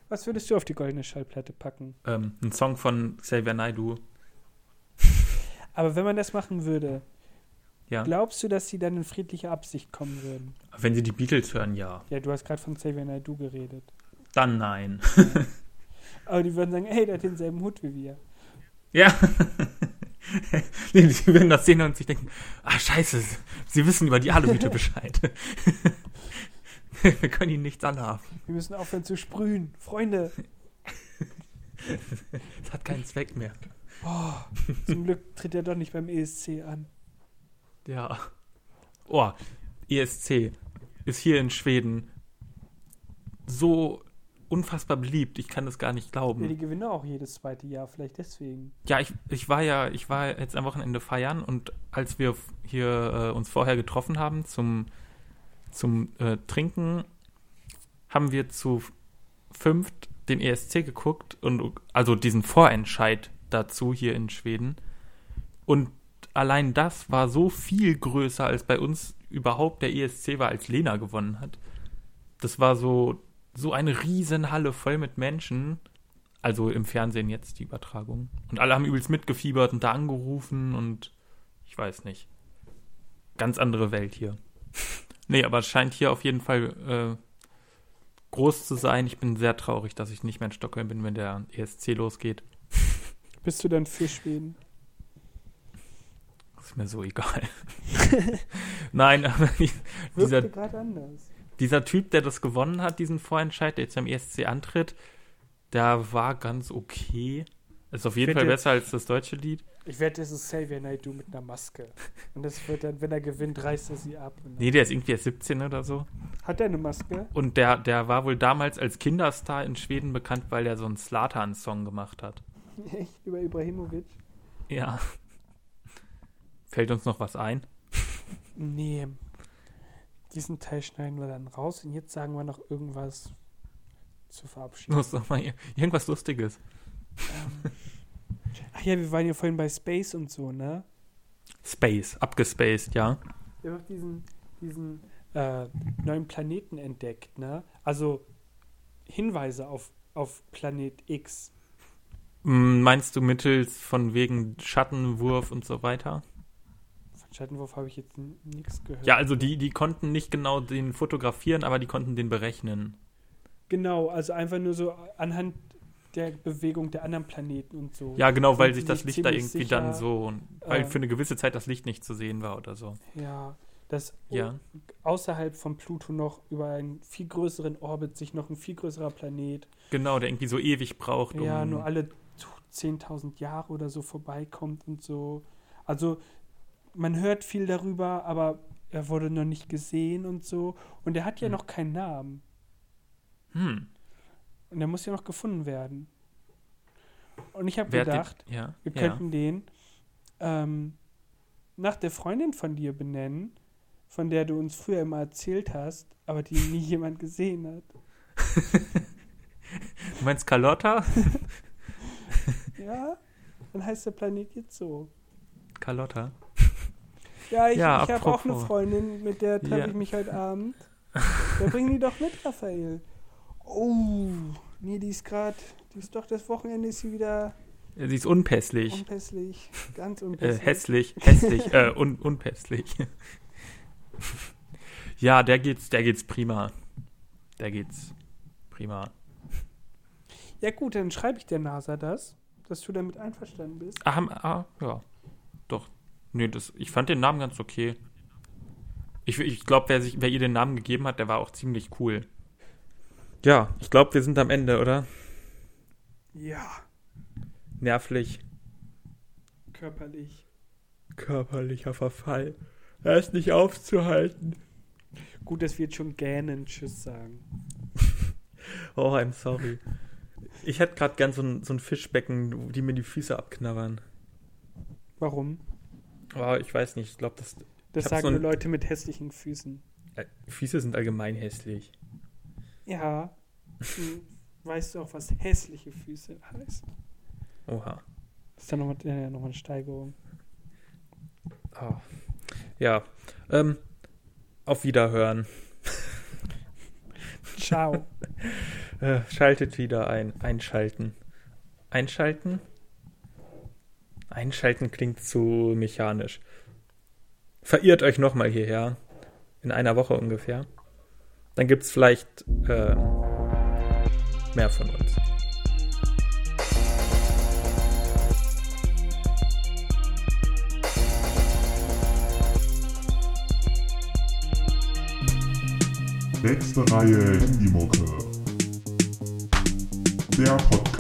Speaker 3: Was würdest du auf die goldene Schallplatte packen?
Speaker 2: Ähm, ein Song von Xavier Naidoo.
Speaker 3: Aber wenn man das machen würde,
Speaker 2: Ja.
Speaker 3: glaubst du, dass sie dann in friedlicher Absicht kommen würden?
Speaker 2: Wenn sie die Beatles hören, ja.
Speaker 3: Ja, du hast gerade von Xavier Naidoo geredet.
Speaker 2: Dann nein. [LAUGHS]
Speaker 3: Aber die würden sagen, hey, der hat denselben Hut wie wir.
Speaker 2: Ja. [LAUGHS] nee, die würden das sehen und sich denken, ah scheiße, sie wissen über die Aluhüte Bescheid. [LAUGHS] Wir können ihnen nichts anhaben.
Speaker 3: Wir müssen aufhören zu sprühen.
Speaker 2: [LAUGHS]
Speaker 3: Freunde,
Speaker 2: Es hat keinen Zweck mehr.
Speaker 3: zum Glück tritt er doch nicht beim ESC an.
Speaker 2: Ja. Oh, ESC ist hier in Schweden so unfassbar beliebt. Ich kann das gar nicht glauben.
Speaker 3: Ja, die gewinnen auch jedes zweite Jahr, vielleicht deswegen.
Speaker 2: Ja, ich, ich war ja, ich war jetzt am Wochenende feiern und als wir f- hier äh, uns vorher getroffen haben zum, zum äh, Trinken, haben wir zu f- fünft den ESC geguckt und also diesen Vorentscheid dazu hier in Schweden. Und allein das war so viel größer, als bei uns überhaupt der ESC war, als Lena gewonnen hat. Das war so, so eine riesen Halle voll mit Menschen Also im Fernsehen jetzt die Übertragung. Und alle haben übelst mitgefiebert und da angerufen und ich weiß nicht. Ganz andere Welt hier. nee, aber es scheint hier auf jeden Fall äh, groß zu sein. Ich bin sehr traurig, dass ich nicht mehr in Stockholm bin, wenn der ESC losgeht.
Speaker 3: Bist du dann für Schweden?
Speaker 2: Ist mir so egal. [LAUGHS] Nein, aber die- dieser,
Speaker 3: Wirkte gerade anders.
Speaker 2: dieser Typ, der das gewonnen hat, diesen Vorentscheid, der jetzt am ESC antritt, der war ganz okay. Ist auf jeden
Speaker 3: Bitte.
Speaker 2: Fall besser als das deutsche Lied.
Speaker 3: Ich wette, es ist Xavier Naidoo mit einer Maske. Und das wird dann, wenn er gewinnt, reißt er sie ab. Und dann-
Speaker 2: Nee, der ist irgendwie erst 17 oder so.
Speaker 3: Hat er eine Maske? [LAUGHS]
Speaker 2: Und der, der war wohl damals als Kinderstar in Schweden bekannt, weil der so einen Slatan-Song gemacht hat.
Speaker 3: Echt? Über Ibrahimovic?
Speaker 2: Ja. Fällt uns noch was ein?
Speaker 3: Nee. Diesen Teil schneiden wir dann raus und jetzt sagen wir noch irgendwas zur Verabschiedung.
Speaker 2: Muss doch mal ir- irgendwas Lustiges.
Speaker 3: Ähm, Ach ja, wir waren ja vorhin bei Space und so, ne?
Speaker 2: Space, abgespaced, ja.
Speaker 3: Wir haben auch diesen, diesen äh, neuen Planeten entdeckt, ne? Also Hinweise auf, auf Planet X.
Speaker 2: Hm, Meinst du mittels von wegen Schattenwurf und so weiter?
Speaker 3: Von Schattenwurf habe ich jetzt nichts gehört.
Speaker 2: Ja, also die, die konnten nicht genau den fotografieren, aber die konnten den berechnen.
Speaker 3: Genau, also einfach nur so anhand der Bewegung der anderen Planeten und so.
Speaker 2: Ja, genau, weil
Speaker 3: Sind
Speaker 2: sich
Speaker 3: die
Speaker 2: das
Speaker 3: sich
Speaker 2: Licht da
Speaker 3: ziemlich
Speaker 2: irgendwie
Speaker 3: sicher,
Speaker 2: dann so, weil
Speaker 3: ähm,
Speaker 2: für eine gewisse Zeit das Licht nicht zu sehen war oder so.
Speaker 3: Ja, dass
Speaker 2: Ja.
Speaker 3: außerhalb von Pluto noch über einen viel größeren Orbit sich noch ein viel größerer Planet,
Speaker 2: Genau, der irgendwie so ewig braucht, um.
Speaker 3: ja, nur alle 10.000 Jahre oder so vorbeikommt und so. Also man hört viel darüber, aber er wurde noch nicht gesehen und so. Und er hat ja
Speaker 2: Hm.
Speaker 3: noch keinen Namen.
Speaker 2: hm,
Speaker 3: Und er muss ja noch gefunden werden. Und ich habe
Speaker 2: wer hat den-
Speaker 3: gedacht,
Speaker 2: ja,
Speaker 3: wir
Speaker 2: ja.
Speaker 3: könnten den ähm, nach der Freundin von dir benennen, von der du uns früher immer erzählt hast, aber die nie [LAUGHS] jemand gesehen hat.
Speaker 2: Du meinst Carlotta?
Speaker 3: Ja, dann heißt der Planet jetzt so.
Speaker 2: Carlotta.
Speaker 3: Ja, ich,
Speaker 2: Ja,
Speaker 3: ich habe auch eine
Speaker 2: apropos.
Speaker 3: Freundin, mit der treffe
Speaker 2: Ja.
Speaker 3: ich mich
Speaker 2: [LAUGHS]
Speaker 3: heute Abend. Da bringen die doch mit, Raphael. Oh, nee, die ist gerade, die ist doch das Wochenende ist sie wieder
Speaker 2: Sie ist unpässlich.
Speaker 3: unpässlich, ganz
Speaker 2: Äh,
Speaker 3: unpässlich.
Speaker 2: hässlich, hässlich, äh, un, unpässlich. [LAUGHS] ja, der geht's, der geht's prima. Der geht's prima.
Speaker 3: ja gut, dann schreibe ich der NASA das, dass du damit einverstanden bist.
Speaker 2: Ah, haben- ah, ja. Doch. Nee, das, ich fand den Namen ganz okay. Ich, ich glaube, wer, sich- wer ihr den Namen gegeben hat, der war auch ziemlich cool. Ja, ich glaube, wir sind am Ende, oder?
Speaker 3: Ja,
Speaker 2: Nervlich.
Speaker 3: körperlich.
Speaker 2: Körperlicher Verfall. Er ist nicht aufzuhalten.
Speaker 3: Gut, dass wir jetzt schon gähnen Tschüss sagen.
Speaker 2: Oh, I'm sorry. Ich hätte gerade gern so ein, so ein Fischbecken, die mir die Füße abknabbern.
Speaker 3: Warum?
Speaker 2: Oh, ich weiß nicht. Ich glaube, das. Ich
Speaker 3: Das
Speaker 2: hab's
Speaker 3: sagen
Speaker 2: noch
Speaker 3: nur
Speaker 2: nie-
Speaker 3: Leute mit hässlichen Füßen.
Speaker 2: Äh, Füße sind allgemein hässlich.
Speaker 3: Ja. Hm, weißt du auch, was hässliche Füße heißt?
Speaker 2: Oha.
Speaker 3: Das ist dann nochmal äh, noch mal eine Steigerung.
Speaker 2: Oh. Ja. Ähm, auf Wiederhören.
Speaker 3: Ciao.
Speaker 2: Äh, Schaltet wieder ein. Einschalten. Einschalten? Einschalten klingt zu mechanisch. Verirrt euch nochmal hierher. In einer Woche ungefähr. Dann gibt's vielleicht ähm, mehr von uns.
Speaker 1: Letzte Reihe Handymucke. Der Podcast.